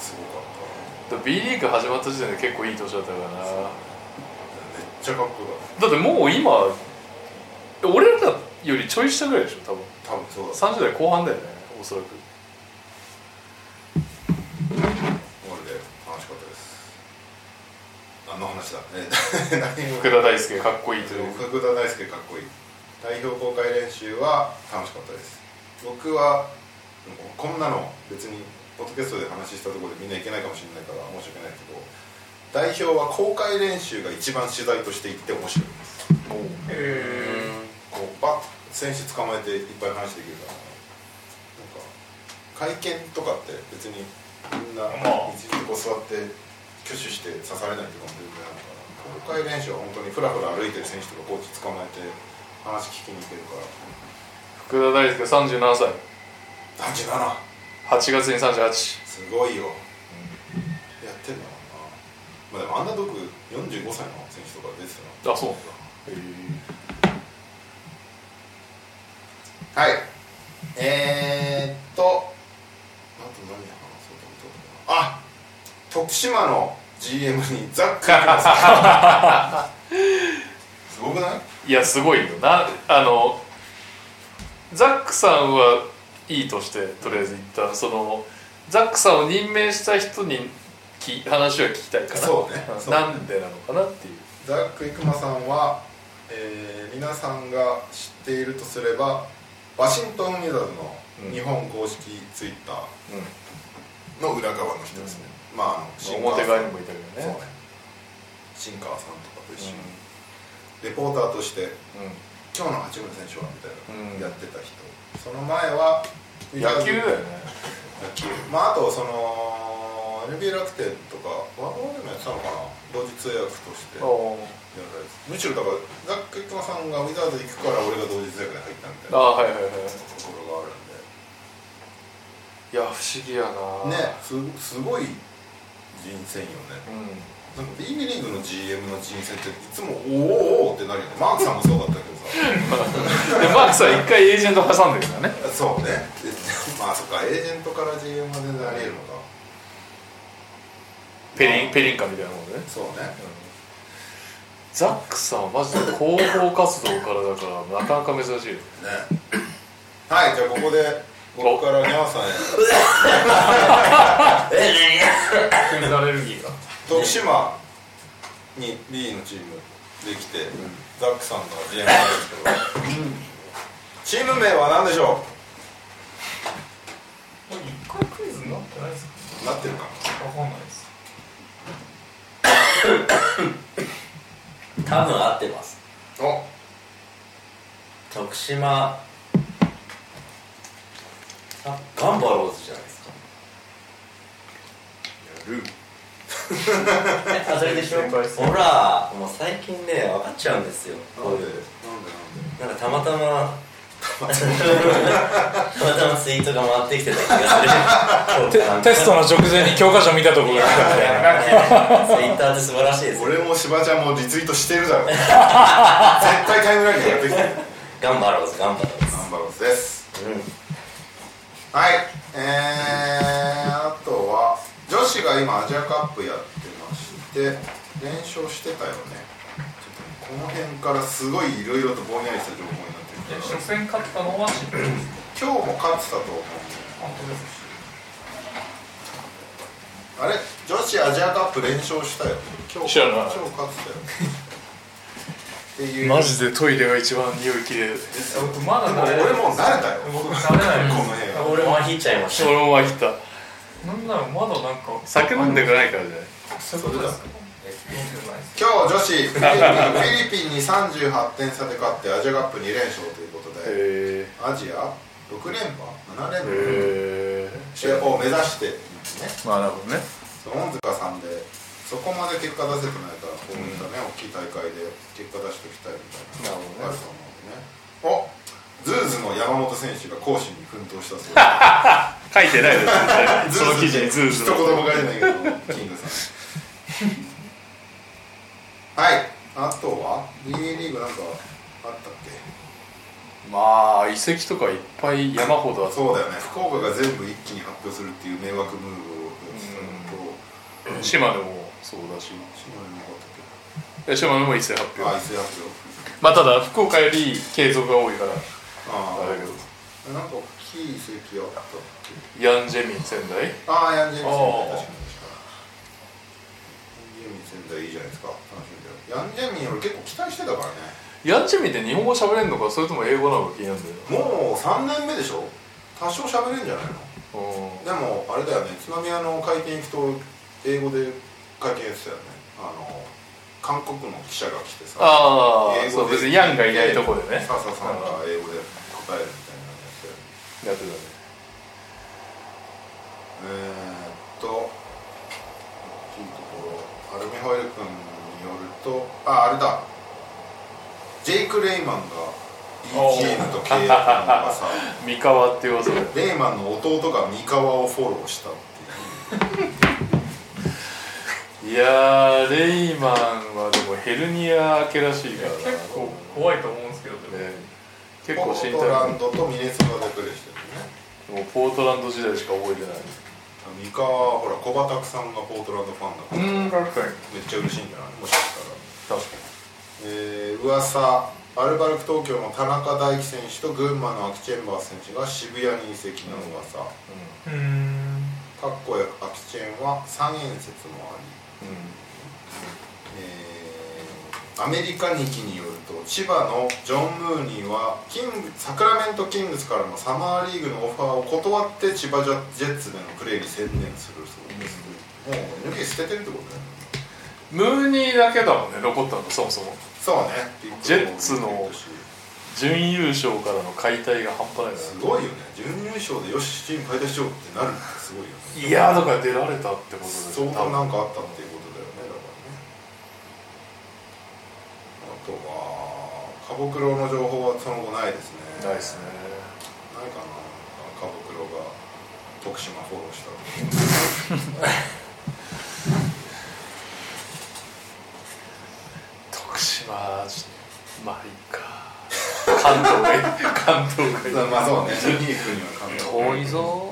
すごかっため B リーグ始まった時点で結構いい年だったからなっちゃかっこよかっだってもう今俺らよりちょい下ぐらいでしょ多分た多分そうだ30代後半だよねおそらく俺で楽しかったです何の話だえ 何を福田大輔かっこいいという僕福田大輔かっこいい代表公開練習は楽しかったです僕はこんなの別にポッドキャストで話したところでみんないけないかもしれないから申し訳ないけど代表は公開練習が一番取材としていって面白いですへこうバッと選手捕まえていっぱい話できるからなんか会見とかって別にみんなまあ一時こう座って挙手して刺されないとかも全然あるから公開練習は本当にふらふら歩いてる選手とかコーチ捕まえて話聞きに行けるから福田大輔37歳37 8月に38すごいよ、やってんだろうな、まあ、でもあんな毒45歳の選手とか出てたのあそうなんだはいえー、っとあと何で話そうと思ったのかなあ徳島の GM にザックが来 ますすごくないいやすごいよなあのザックさんはいいとしてとりあえず一旦そのザックさんを任命した人にき話は聞きたいからそうねそうなんでなのかなっていうザック・イクマさんは、えー皆さんが知っているとすればワシントン・ウィザーズの日本公式ツイッターの裏側の人ですね、まああのシンカーさ表ん側にもいたけそうどねねシンカーさんとかと一緒に、レポーターとして今日の八村選手はみたういな、んやってた人その前はうん野球だよね野球まああとその NBA 楽天とかワゴンでもやってたのかな同時通訳としてやられてむしろだからザック・イクマさんがウィザーズ行くから俺が同時通訳で入ったみたいあなとはいはいはいころがあるんでいや不思議やなね すすごい人選よねうなんか B リーグの GM の人選っていつもおーおーおーってなるよねマークさんもそうだったけどさんでマークさん一回エージェント挟んでるからねそうねで まあそっかエージェントから GM までなり得るのかペリンペリンカみたいなもんねそうねザックさんはマジで広報活動からだからなかなか珍しいよね はいじゃあここで僕からニャンさんへクイズアレルギーが徳島に B のチームできて、ザックさんが GM なんですけど、チーム名は何でしょ一回クイズになってないですかうなってるかわかんないです多分合ってますお徳島あガンバローズじゃないですかルーえあそれでしょ正解ですほらもう最近ね分かっちゃうんですよこうなんでなんでなんでいうなんかたまたまたまたまツイートが回ってきてた気 がするテストの直前に教科書見たところがツ イッターって素晴らしいですよ俺もしばちゃんもリツイートしてるだろ 絶対タイムラインでやってきてるガンバローズガンバローズ頑張ろうですうんはい、えー、あとは女子が今アジアカップやってまして連勝してたよねちょっとこの辺からすごいいろいろとぼんやりした情報になってえる初戦勝ったのは知ってるんですか今日も勝ってたと思う本当であれす女子アジアカップ連勝したよ今日知らない今日勝ってたよっていうマジでトイレが一番匂いき れい僕まだでも俺もう慣 れたよこ僕慣れないので辺は俺も引いちゃいました俺も湧いたすなんならまだなんか酒飲んでくないからじゃないそういうそこれとだですか今日女子フィリピンフィリピンに38点差で勝ってアジアカップ2連勝ということでへアジア6連覇7連え覇へを目指して、ね、まあなるほどね恩塚さんでそこまで結果出せてないからこういったね、大きい大会で結果出しておきたいみたいなのがあると思うんでねおズーズの山本選手が講師に奮闘した書そうでいてないですすその記事にズーズ一言も書いてないけどキングさんはいあとは B リーグなんかあったっけ まあ遺跡とかいっぱい山ほどあってそうだよね福岡が全部一気に発表するっていう迷惑ムーブをやってたのと島根もそうだし島根もよかったっけえ島根も一斉発あ、表伊勢発表まあただ福岡より継続が多いからああれだけあなんか大きい遺跡あったっけどヤンジェミン仙台ああヤンジェミ仙台ああ確かに確かにヤンジェミ仙台いいじゃないですか楽しみだよヤンジェミ俺結構期待してたからねヤンジェミンって日本語喋れんのかそれとも英語なのか気になるんだよもう3年目でしょ多少喋れんじゃないのなうんでもあれだよね津波屋の会見行くと英語で会見やってたよねあの韓国の記者が来てさああ英そう語で別にヤンがいないとこでね笹さんが英語で答えるみたいなのやってたよねやってたねえーっと大きいところアルミホイル君によるとああれだジェイク・レイマンが E チームと契約なのがさ三河って噂でレイマンの弟が三河をフォローしたっていやーレイマンはでもヘルニア明けらしいからな結構怖いと思うんですけどでもねいう結構身体ポートランもドとミネソタでプレーしてるねうポートランド時代しか覚えてない三河はほら小畑さんがポートランドファンだかうんら確かにめっちゃ嬉しいんじゃないもしかしたら確かえー、噂アルバルク東京の田中大輝選手と群馬のアキチェンバース選手が渋谷に移籍の噂、うーんかっこよ空きチェーンは三円説もあり、えーアメリカ日記によると千葉のジョン・ムーニーはキングサクラメント・キングスからのサマーリーグのオファーを断って千葉ジャジェッツでのプレーに専念するそうです、もう NBA 捨ててるってことだよねムーニーだけだもんね残ったのそもそもそうねジェッツの準優勝からの解体が半端ないですすごいよね準優勝でよしチーム解体しようってなるってすごいよねいやだから出られたってことです相当なんかあったっていうことだよねだからねあとはカボクロの情報はその後ないですねないですねないかなカボクロが徳島フォローした徳島ちょっとまあいいか関東 がいい関東がいいまあそうね12分には感動遠いぞ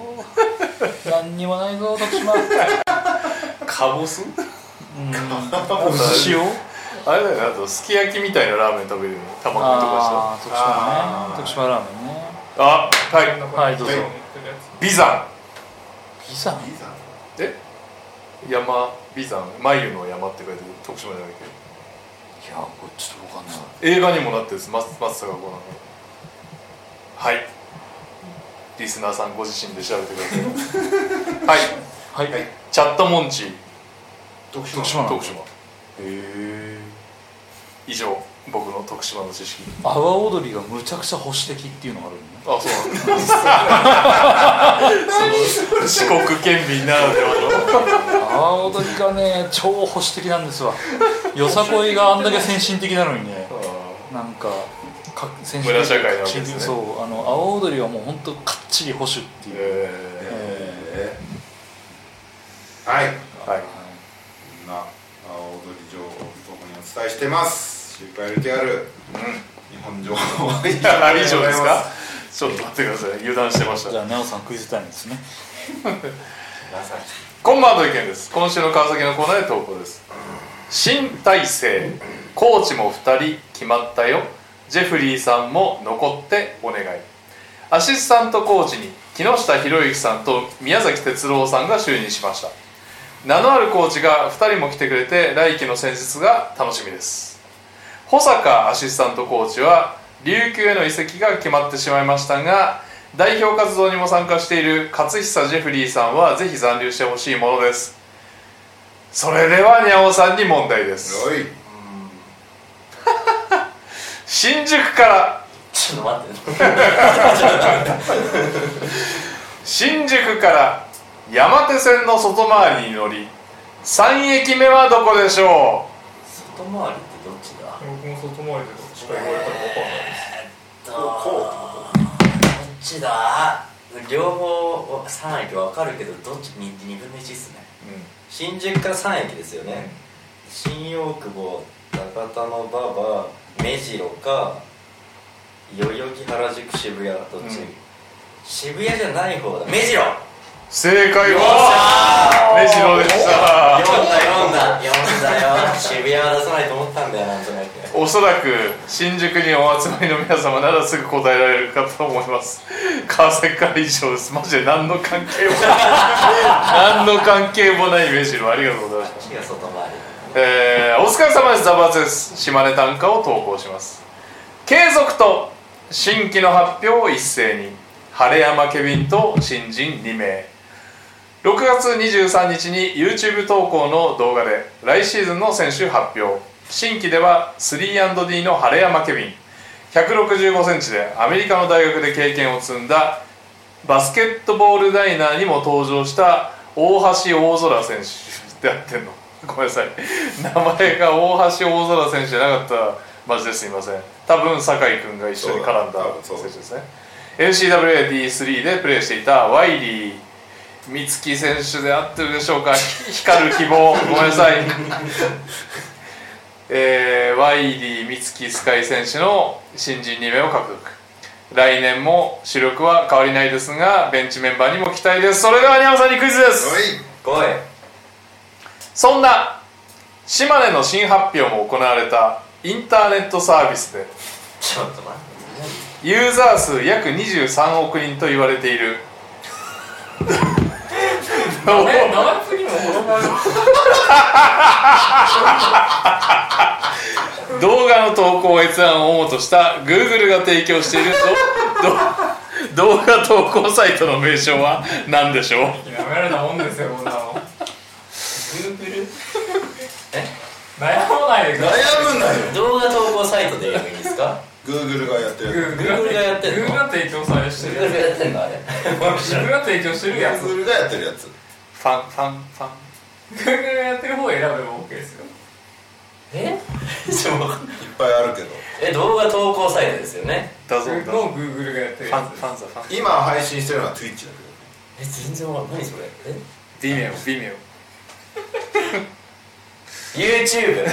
ー何にもないぞー徳 島カボス塩あれだよねあとすき焼きみたいなラーメン食べるよね卵とかあー徳島ね徳島ラーメンねしたあははいどうぞはいいビザいピザいじゃんンえ山ビザン眉の山って書いてる徳島じゃないけどいやこれちょっとわかんない映画にもなってるんです松松坂子のはいリスナーさんご自身で調べてくださいはい、はい、チャットモンチー徳島徳島なの徳島へえ以上僕の徳島の知識阿波踊りがむちゃくちゃ保守的っていうのがあるよねあそうなんだその四国県民ならでは阿波踊りがね超保守的なんですわよさこいがあんだけ先進的なのにねのなんかか先村社会なわけですねそうあの阿波踊りはもう本当かっちり保守っていう、ええはいーはいみんな青踊り情報をここにお伝えしてます週刊 LTR 日本情報は以上ですかちょっと待ってください油断してましーたじゃあ奈緒さんクイズタイムですねこんばんは意見です今週の川崎のコーナーで投稿です新体制コーチも2人決まったよジェフリーさんも残ってお願いアシスタントコーチに木下博之さんと宮崎哲郎さんが就任しました名のあるコーチが2人も来てくれて来季の戦術が楽しみです保坂アシスタントコーチは琉球への移籍が決まってしまいましたが代表活動にも参加している勝久ジェフリーさんはぜひ残留してほしいものですそれではにゃおさんに問題ですおい新宿からちょっと待って新宿から山手線の外回りに乗り3駅目はどこでしょ外回りってどっちだ僕も外回りでどっちか言われたら分かんないですこうどっちだ両方3駅分かるけどどっち 2, 分の1っすねう、うん新宿から3駅ですよね、新大久保高田馬場目白か代々木原宿渋谷どっち、うん渋谷じゃない方だ目白正解よっしはゃー目白でした4だ4だ4だよ渋谷は出さないと思ったんだよなんとなくおそらく新宿にお集まりの皆様ならすぐ答えられるかと思います川崎から以上ですマジで何の関係も何の関係もない目白ありがとうございました違う外回りえーお疲れ様ですザバーツです島根短歌を投稿します継続と新規の発表を一斉に晴山ケビンと新人2名6月23日に YouTube 投稿の動画で来シーズンの選手発表新規では 3&D の晴山ケビン1 6 5センチでアメリカの大学で経験を積んだバスケットボールダイナーにも登場した大橋大空選手ってやってんのごめんなさい名前が大橋大空選手じゃなかったらマジですいません多分酒井君が一緒に絡んだ選手ですね NCWAD3 でプレーしていたワイリー美月選手であってるでしょうか光る希望ごめんなさい えーワイリー美月スカイ選手の新人2名を獲得来年も主力は変わりないですがベンチメンバーにも期待ですそれではニャムさんにクイズですおいそんな島根の新発表も行われたインターネットサービスでちょっと待ユーザー数約23億人と言われている名前名前次にも転がる動画の投稿を閲覧を主とした Google が提供しているどど動画投稿サイトの名称は何でしょうやめられたもんですよこんなの Google? 悩まないでくださいむなよ動画投稿サイトでやるんですか Google がやってる Google がやってんの Google が提供されして Google るがやってんのあれ Google が提供してるやつ Google がやってるやつファンファンファン Google がやってる方を選べば OK ですよえちょっとわかんないいっぱいあるけどえ動画投稿サイトですよねだぞだぞの Google がやってるファンやファンザファン今配信してるのは Twitch だえ全然わかんない何それえ微妙微妙 YouTube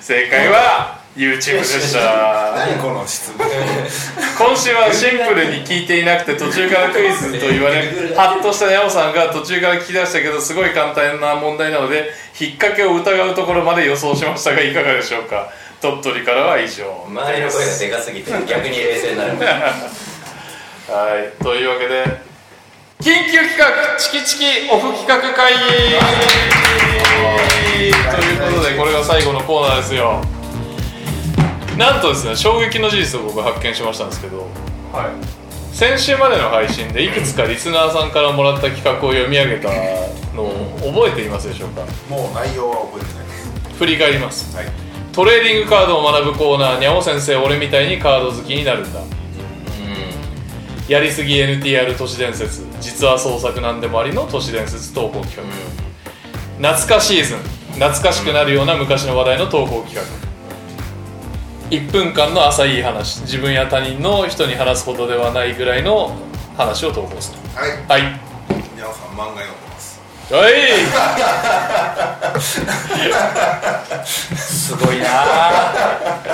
正解は YouTube でしたけど何この質問今週はシンプルに聞いていなくて途中からクイズと言われハッとしたヤオさんが途中から聞き出したけどすごい簡単な問題なので引っ掛けを疑うところまで予想しましたがいかがでしょうか鳥取からは以上周りの声がでかすぎて逆に冷静になるはい、というわけで緊急企画チキチキオフ企画会議ということでこれが最後のコーナーですよなんとですね衝撃の事実を僕発見しましたんですけどつはい先週までの配信でいくつかリスナーさんからもらった企画を読み上げたのを覚えていますでしょうか もう内容は覚えてないです振り返ります、はいトレーディングカードを学ぶコーナーにゃお先生俺みたいにカード好きになるんだやりすぎ NTR 都市伝説実は創作なんでもありの都市伝説投稿企画、懐かシーズン懐かしくなるような昔の話題の投稿企画1分間の浅い話自分や他人の人に話すほどではないぐらいの話を投稿するはい はい皆さん漫画読んでますはいすごいな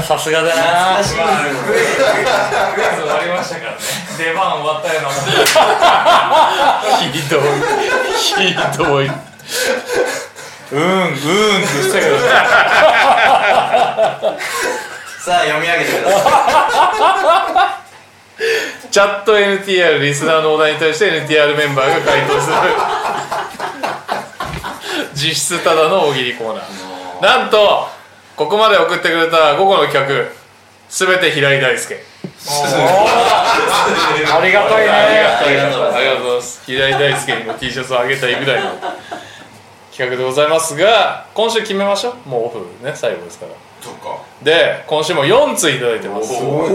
さすがだなクイズ終わりましたからね出番終わったようなもんでひどいひどいうんうんってしたけどさあ読み上げてくださいチャット NTR リスナーのお題に対して NTR メンバーが回答する実質ただの大喜利コーナーなんとここまで送ってくれた午後の企画全て平井大輔ありがたいねありがとうございます平井大輔にも T シャツをあげたいぐらいの企画でございますが今週決めましょうもうオフね最後ですからそっかで今週も4ついただいてますおおお好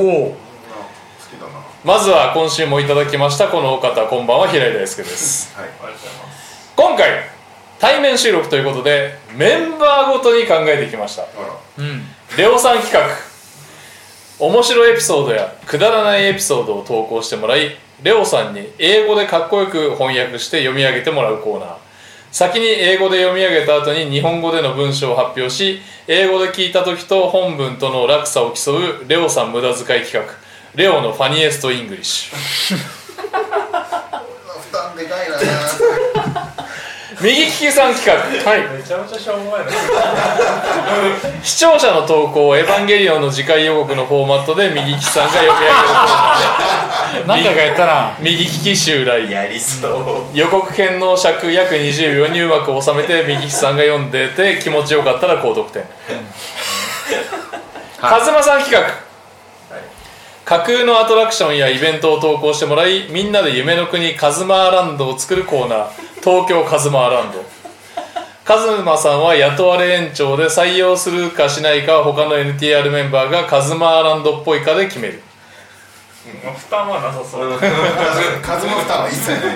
きだなはまずは今週もいただきましたこのお方こんばんは平井大輔ですいありがとうございます今回対面収録ということでメンバーごとに考えてきましたあらレオさん企画面白いエピソードやくだらないエピソードを投稿してもらいレオさんに英語でかっこよく翻訳して読み上げてもらうコーナー先に英語で読み上げた後に日本語での文章を発表し英語で聞いた時と本文との落差を競うレオさん無駄遣い企画レオのファニエストイングリッシュ負担でかいな右利きさん企画はいめちゃめちゃしょうもないな視聴者の投稿を「エヴァンゲリオン」の次回予告のフォーマットで右利きさんが読み上げるコーナー何で回かやったな右利き襲来やりそう予告編の尺約20秒にうまく収めて右利きさんが読んでて気持ちよかったら高得点カズマさん企画架空のアトラクションやイベントを投稿してもらいみんなで夢の国カズマーランドを作るコーナー東京カズマーランドカズマさんは雇われ園長で採用するかしないかは他の NTR メンバーがカズマーランドっぽいかで決める負担はなさそう 数も負担は一切ない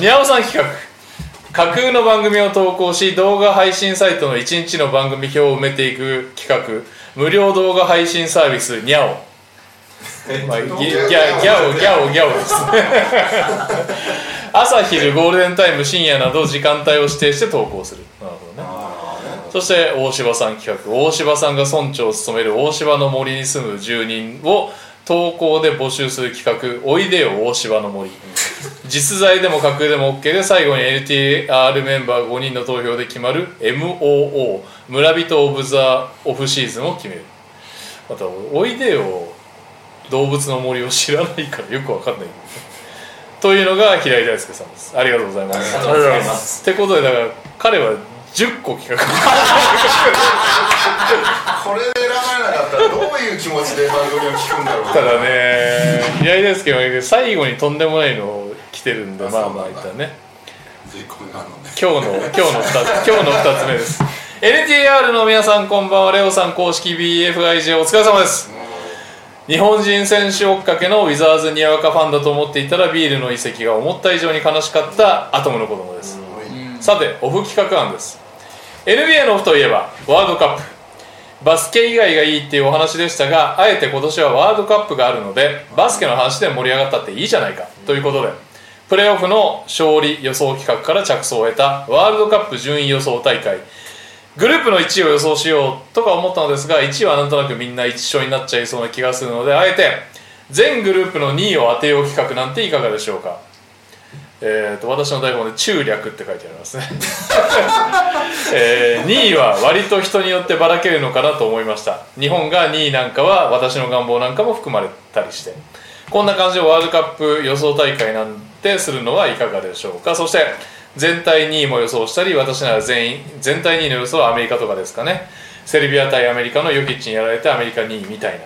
にゃおさん企画架空の番組を投稿し動画配信サイトの1日の番組表を埋めていく企画無料動画配信サービスにゃおまあ、ギギャギャオギャオギャオです 朝昼ゴールデンタイム深夜など時間帯を指定して投稿するなるほどねそして大柴さん企画大柴さんが村長を務める大柴の森に住む住人を投稿で募集する企画「おいでよ大柴の森」実在でも架空でも OK で最後に LTR メンバー5人の投票で決まる MOO 村人オブザオフシーズンを決めるまた「おいでよ動物の森」を知らないからよくわかんないけどねというのが平井大輔さんですありがとうございますありがとうございますってことでだから彼は10個企画これで選ばれなかったらどういう気持ちで番組を聞くんだろ うただね平井大輔は最後にとんでもないのを着てるんであまあそうまなあいんだったね追込みがあるのね今日の今日の2つ今日の二つ目です NTR の皆さんこんばんはレオさん公式 BFIJ お疲れ様です日本人選手追っかけのウィザーズにわかファンだと思っていたらビールの移籍が思った以上に悲しかったアトムの子供ですさてオフ企画案です NBA のオフといえばワールドカップバスケ以外がいいっていうお話でしたがあえて今年はワールドカップがあるのでバスケの話で盛り上がったっていいじゃないかということでプレーオフの勝利予想企画から着想を得たワールドカップ順位予想大会グループの1位を予想しようとか思ったのですが1位はなんとなくみんな一緒になっちゃいそうな気がするのであえて全グループの2位を当てよう企画なんていかがでしょうかえー、と私の台本で「中略」って書いてありますね えー2位は割と人によってばらけるのかなと思いました日本が2位なんかは私の願望なんかも含まれたりしてこんな感じでワールドカップ予想大会なんてするのはいかがでしょうかそして全体2位も予想したり私なら全員全体2位の予想はアメリカとかですかねセルビア対アメリカのヨキッチにやられてアメリカ2位みたいな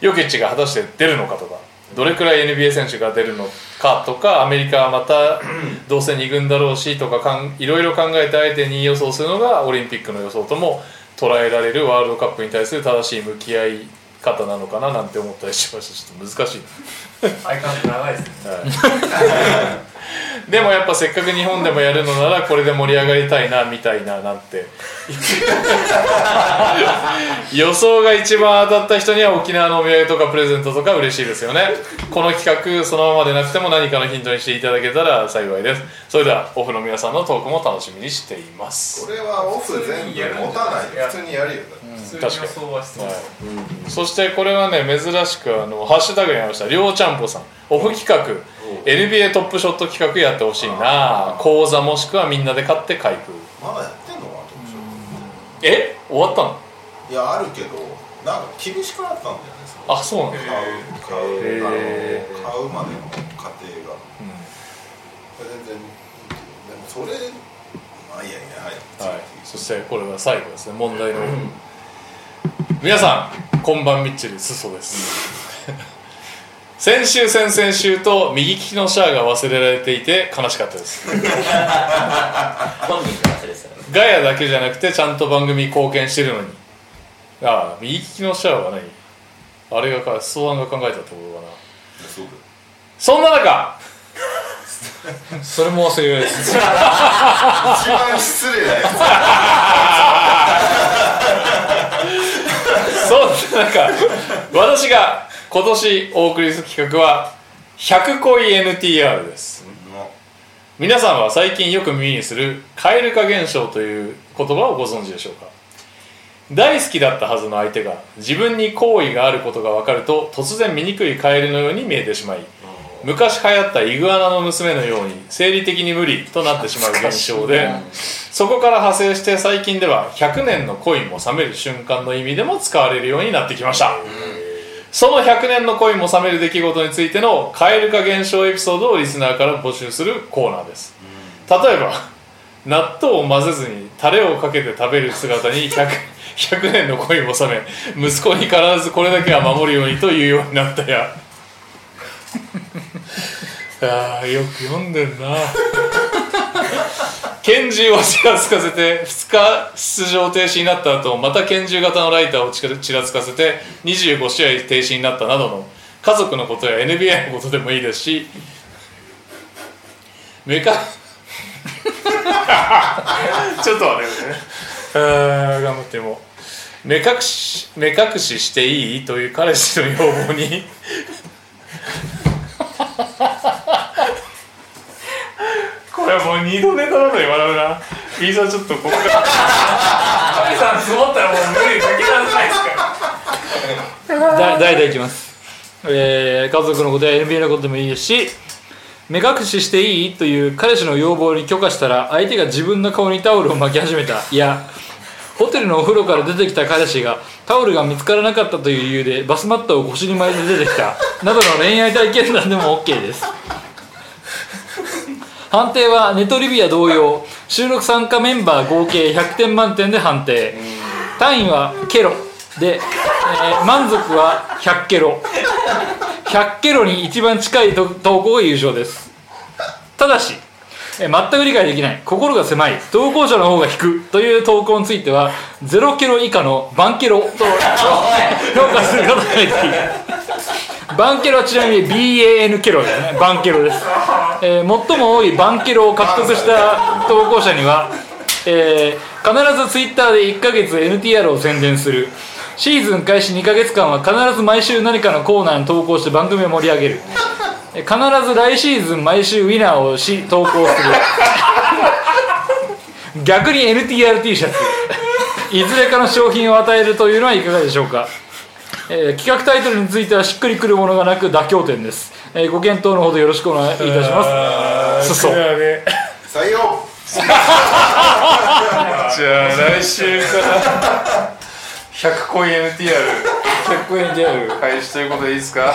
ヨキッチが果たして出るのかとかどれくらい NBA 選手が出るのかとかアメリカはまたどうせ2軍だろうしとかかんいろいろ考えてあえて2位予想するのがオリンピックの予想とも捉えられるワールドカップに対する正しい向き合い方なのかななんて思ったりしましたちょっと難しい相変わらず長いですねでもやっぱせっかく日本でもやるのならこれで盛り上がりたいなみたいななんて 予想が一番当たった人には沖縄のお土産とかプレゼントとか嬉しいですよねこの企画そのままでなくても何かのヒントにしていただけたら幸いですそれではオフの皆さんのトークも楽しみにしていますこれはオフ全部持たないよ普通にやるよだって普通に予想はしてますはい、そしてこれはね珍しくあのハッシュタグにありましたりょうちゃんぽさんオフ企画 NBA トップショット企画やってほしいな講座もしくはみんなで買って開封まだやってんのかな特徴え終わったのいやあるけどなんか厳しくなったんだよねそのあそうなんだ、買う買うあのへ買うまでの過程が全然でもそれまあいいやいいやはいはい、そしてこれは最後ですね問題の、皆さんこんばんみっちりすそです 先週先々週と右利きのシャアが忘れられていて悲しかったです本人の話ですよねガヤだけじゃなくてちゃんと番組に貢献してるのにああ右利きのシャアは何あれがか相談が考えたところかなそうだよそんな中 それも忘れられです一番失礼だよそんな中私が今年お送りする企画は「100恋 NTR」です皆さんは最近よく耳にする蛙化現象という言葉をご存知でしょうか大好きだったはずの相手が自分に好意があることが分かると突然醜いカエルのように見えてしまい昔流行ったイグアナの娘のように生理的に無理となってしまう現象でそこから派生して最近では100年の恋も冷める瞬間の意味でも使われるようになってきましたその100年の恋も冷める出来事についての蛙化現象エピソードをリスナーから募集するコーナーです例えば納豆を混ぜずにタレをかけて食べる姿に 100, 100年の恋も覚め息子に必ずこれだけは守るようにというようになったやあーよく読んでんな 拳銃をちらつかせて2日出場停止になった後また拳銃型のライターをちらちらつかせて25試合停止になったなどの家族のことや NBA のことでもいいですしメ カちょっとあれね あー頑張ってもう目隠し目隠ししていいという彼氏の要望にこれはもう二度ネタだと言われるな飯沢ちょっとここから神さん積もったらもう無理かけられないですからだ代々いきます、えー家族のことや NBA のことでもいいですし目隠ししていいという彼氏の要望に許可したら相手が自分の顔にタオルを巻き始めたいやホテルのお風呂から出てきた彼氏がタオルが見つからなかったという理由でバスマットを腰に巻いて出てきたなどの恋愛体験談でも OK です判定はネトリビア同様収録参加メンバー合計100点満点で判定単位はケロで、えー満足は100ケロ100ケロに一番近いと投稿が優勝ですただしえー全く理解できない心が狭い投稿者の方が引くという投稿については0ケロ以下のバンケロと評価することができバンケロはちなみに BAN ケロですねバンケロです、えー最も多いバンケロを獲得した投稿者には、えー必ずツイッターで1ヶ月 NTR を宣伝するシーズン開始2ヶ月間は必ず毎週何かのコーナーに投稿して番組を盛り上げるえー必ず来シーズン毎週ウィナーをし投稿する逆に NTRT シャツいずれかの商品を与えるというのはいかがでしょうかえー企画タイトルについてはしっくりくるものがなく妥協点です、えーご検討のほどよろしくお願いいたします裾採用じゃあ来週から100個 NTR 100円である開始ということでいいですか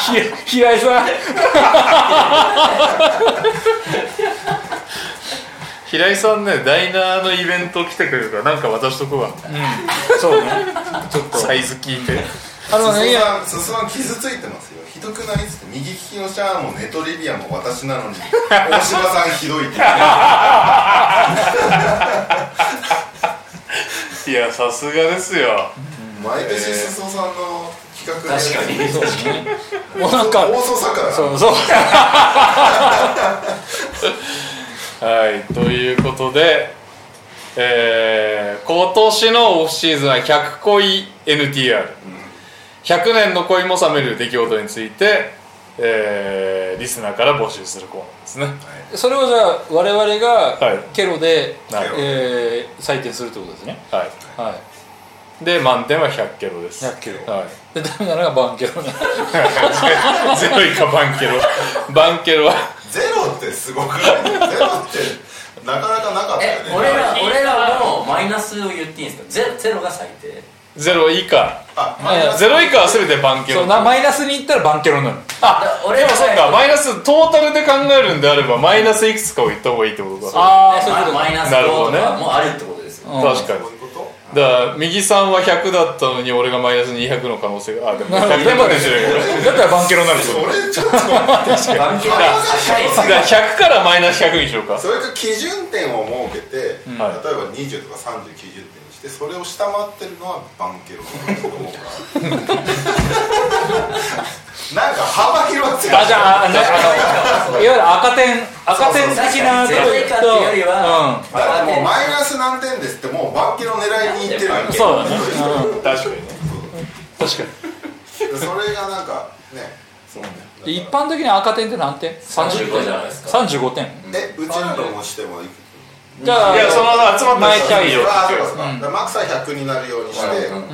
ひ平井さん平井さんねダイナーのイベント来てくれるからなんか渡しとくわそうねちょっとサイズ聞いてあのねいすやさんすさん傷ついてますよひどくないっすか右利きのシャアもネトリビアも私なのに大島さんひどいって言っていやさすがですよ毎年すそさんの企画確かにそうですねもうなんか大曽さからそうそうはいということでえー今年のオフシーズンは100恋 NTR100 年の恋も冷める出来事について、えーリスナーから募集するコーナーですねそれをじゃあ我々はいがケロで、はいえー採点するってことですねははいで満点は100ケロです100ケロはい いでダメなのがバンケロねゼロ以下バンケロバンケロはゼロってすごくないゼロってなかなかなかったよえね俺ら俺らのマイナスを言っていいんですかゼロゼロが最低ゼロ以下あマイナスゼロ以下は全てバンケそロうなマイナスにいったらバンケロになるあ俺でらもそうかマイナストータルで考えるんであればマイナスいくつかを言った方がいいってことかあーそういうことマかマイナスなるほど5とねかもあるってことですよ、うん確かにそういうことだから右さんは100だったのに俺がマイナス200の可能性があでも100点までしてるからだったらバンケロになるってこと俺ちょっと 関係ないだから100からマイナス100にしようかそれか基準点を設けて、例えばはい20とか30基準点にしてそれを下回ってるのはバンケロだと思うから なんか幅広すぎるあじゃああのあのいわゆる赤点赤点的なそうそうとゼロ以下っていうよりはうんだからもうマイナス何点ですってもうバンケロ狙いにいってるわけそうだね確かにね確かでそれがなんかねそうねに一般的に赤点って何点30個じゃないですか35点えうちらのもしてもいくじゃあいやその集まった毎人回以上ああそうかそうか、うんだからマックスは100になるようにして、うんうん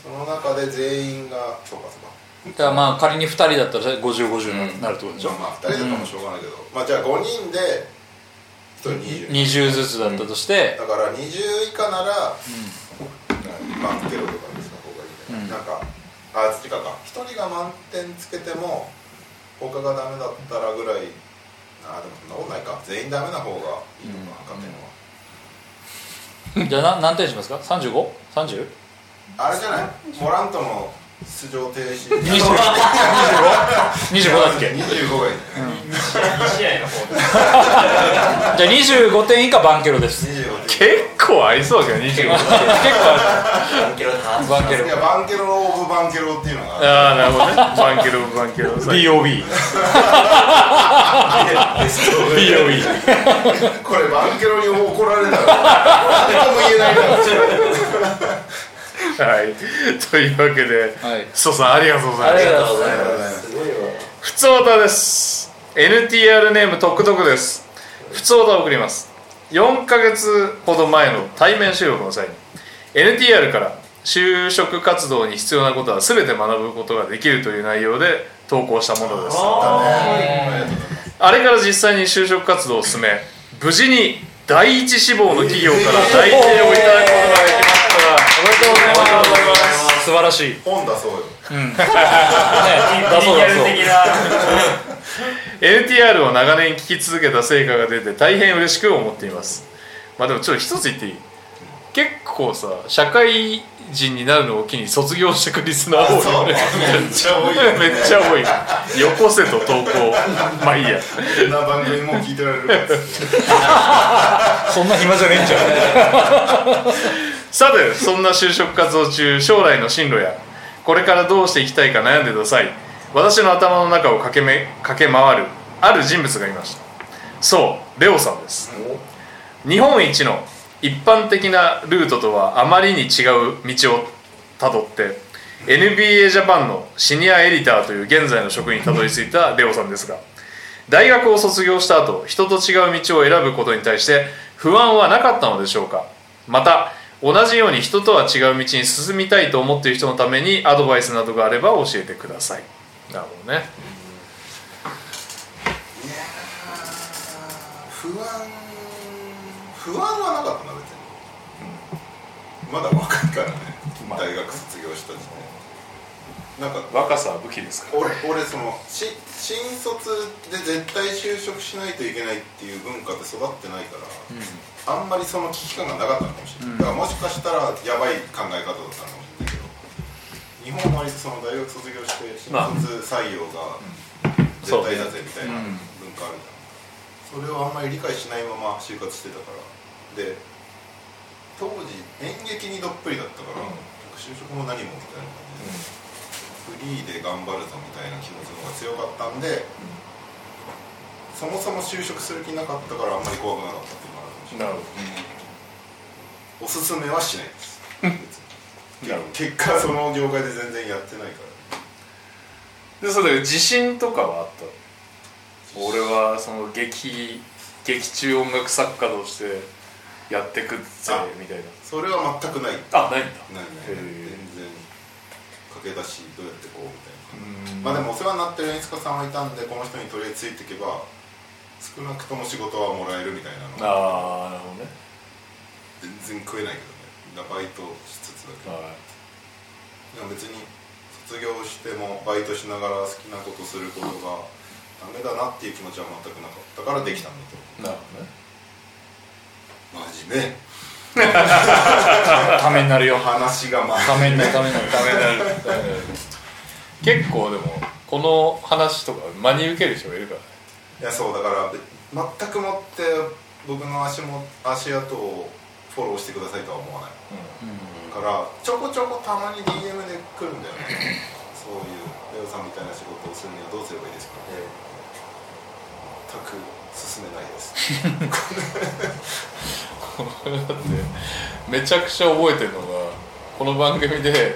その中で全員がそうかそうかじゃあまあ仮に2人だったら5050になるってことでしじゃょあまあ2人だともしょうがないけど、まあじゃあ5人で1人20 20ずつだったとしてだから20以下なら、満点とかにした方がいいね、うんなんかあ違うか1人が満点つけても他がダメだったらぐらいあでもそんなことないか全員ダメな方がいいのか、赤点はじゃあな何点しますか 35?30? あれじゃないモラントの出場停止 25? 25だっ25がけいいね2試合の方でじゃあ25点以下バンケロです25点結構ありそうだけど25結構関係ないバンケロいやバンケロオブバンケロっていうのがああなるほどねバンケロバンケロ BOB いこれバンケロに怒られたら 何とも言えないから はいというわけではいソさんありがとうございあまりすがとうございますふつおたです NTR ネームとくとくですふつおたを送ります4ヶ月ほど前の対面収録の際に NTR から就職活動に必要なことは全て学ぶことができるという内容で投稿したものですあれから実際に就職活動を進め無事に第一志望の企業から内定をいただくことができましたおめでとうございます素晴らしいね本だそうよ出そう出そうリアル的な NTR を長年聞き続けた成果が出て大変嬉しく思っていますまあでもちょっと一つ言っていい結構さ社会人になるのを機に卒業してくリスナー多いよねめっちゃ多いよね めっちゃ多いよこせと投稿まあいいやこんな番組もう聞いてられるからそんな暇じゃねえんじゃんさてそんな就職活動中将来の進路やこれからどうしていきたいか悩んでください私の頭の中を駆けめ駆け回るある人物がいましたそうレオさんです日本一の一般的なルートとはあまりに違う道をたどって NBA ジャパンのシニアエディターという現在の職にたどり着いたレオさんですが大学を卒業した後人と違う道を選ぶことに対して不安はなかったのでしょうかまた同じように人とは違う道に進みたいと思っている人のためにアドバイスなどがあれば教えてくださいなるほどね不安不安はなかったな別に、まだ若いからね、大学卒業した時点なんか若さは武器ですか俺俺そのし新卒で絶対就職しないといけないっていう文化で育ってないから、あんまりその危機感がなかったのかもしれない、だからもしかしたらやばい考え方だったのかもしれないけど日本は割とその大学卒業して新卒採用が絶対だぜみたいな文化あるじゃん、それをあんまり理解しないまま就活してたからで当時演劇にどっぷりだったから、就職も何もみたいな感じで。フリーで頑張るぞみたいな気持ちの方が強かったんで、そもそも就職する気なかったからあんまり怖くなかったっていうのがあるかもしれないなるほおすすめはしないですなるほ結果その業界で全然やってないからどでそれで自信とかはあった俺はその劇劇中音楽作家としてやってくぜあみたいなそれは全くないあないんだなへいない全ー然駆け出しどうやってこうみたいなまあでもお世話になってる演出家さんはいたんでこの人にとりあえずついていけば少なくとも仕事はもらえるみたいなのああはなるほどね全然食えないけどねバイトしつつだけどはいや別に卒業してもバイトしながら好きなことすることがダメだなっていう気持ちは全くなかったからできたんなだとる真面目ためになるよ話がた真めに面目なるためになるほどね結構でもこの話とか真に受ける人がいるからねいやそうだから全くもって僕の足も足跡をフォローしてくださいとは思わない、からちょこちょこたまに DM で来るんだよねそういうレオさんみたいな仕事をするにはどうすればいいですか全く進めないですだってめちゃくちゃ覚えてるのがこの番組で、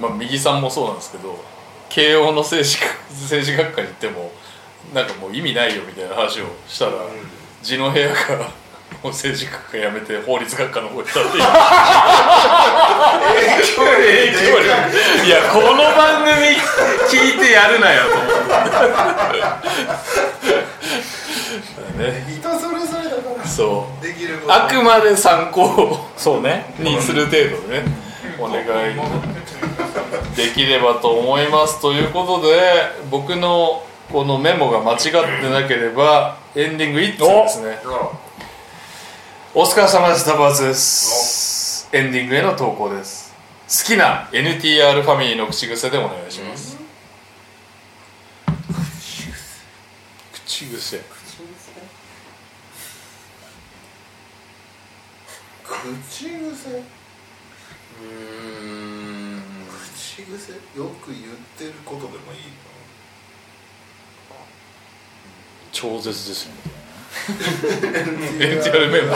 まあ、右さんもそうなんですけど慶応の政治学政治学科に行ってもなんかもう意味ないよみたいな話をしたら地の部屋がもう政治学科やめて法律学科の方行ったっていう影響力いやこの番組聞いてやるなよと思ってだね人それぞれだからそうできることあくまで参考そうねにする程度でねお願いできればと思いますということで僕のこのメモが間違ってなければエンディング1つですねお疲れ様ですタバーツですエンディングへの投稿です好きな NTR ファミリーの口癖でお願いします口癖口癖うーん口癖よく言ってることでもいい超絶です よね NTR メモ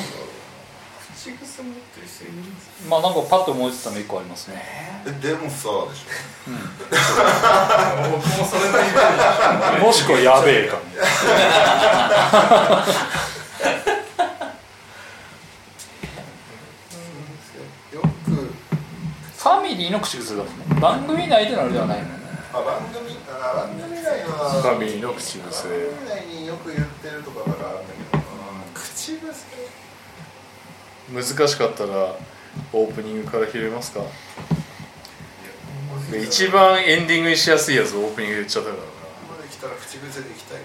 口癖持ってる人いるんですかまあなんかパッと思いついたの一個ありますねえでもさでしょ僕もそれなりにもしくはやべえかよくファミリーの口癖だもんね番組内でのあれではないのねあ番組あ番組内フはァミリーの口癖番組内によく言ってるとかだからあるんだけどな口癖難しかったらオープニングから拾いますか難一番エンディングにしやすいやつをオープニングで言っちゃったかここまで来たら口癖でいきたいよ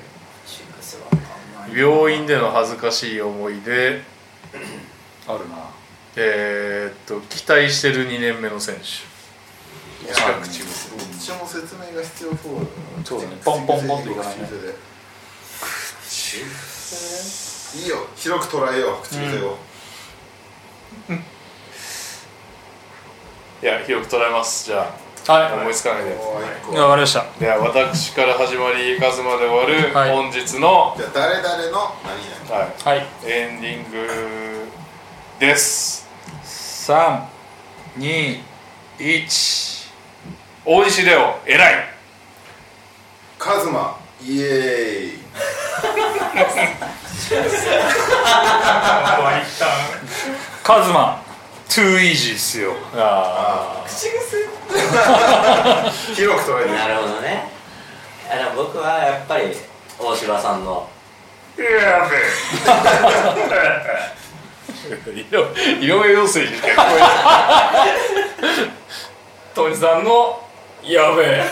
らな病院での恥ずかしい思い出あるなえー、っと期待してる2年目の選手いや近く口癖どっちも説明が必要そうだなそうだねポンポンポンっていかない口癖ねで口癖いいよ広く捉えよう口癖を、いや広く捉えますじゃあは思いつかないでもう一個いわかりましたでは私から始まりカズまで終わるはい本日の、じゃあ誰々の何々ははいい、エンディングです321大西レオ偉いカズマイエーイカズマトゥーイージーっすよ広く捉えてなるほどねあでも僕はやっぱり大柴さんの色色目要請にしてトニさんのやべえ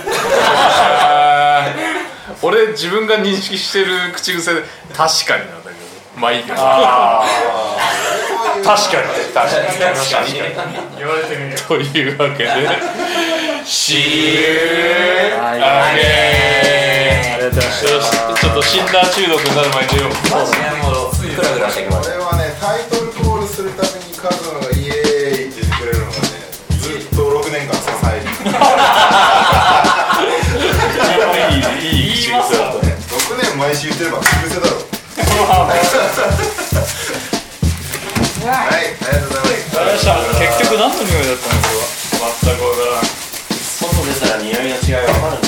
俺自分が認識してる口癖で確かになんだけどまあいいけど確かに確かに確かに言われてみればというわけで See you はい again ありがとうございまちょっとちょっと死んだ中毒になる前に出ようマジでもうグラグラしてきまこれはねタイトルコールするためにカズマがイエーイって言ってくれるのがねずっと6年間支えるいいいい口癖だった6年毎週言ってれば口癖だろはいありがとうございますした結局何の匂いだったんですかす外出たら匂いの違い分かるんだ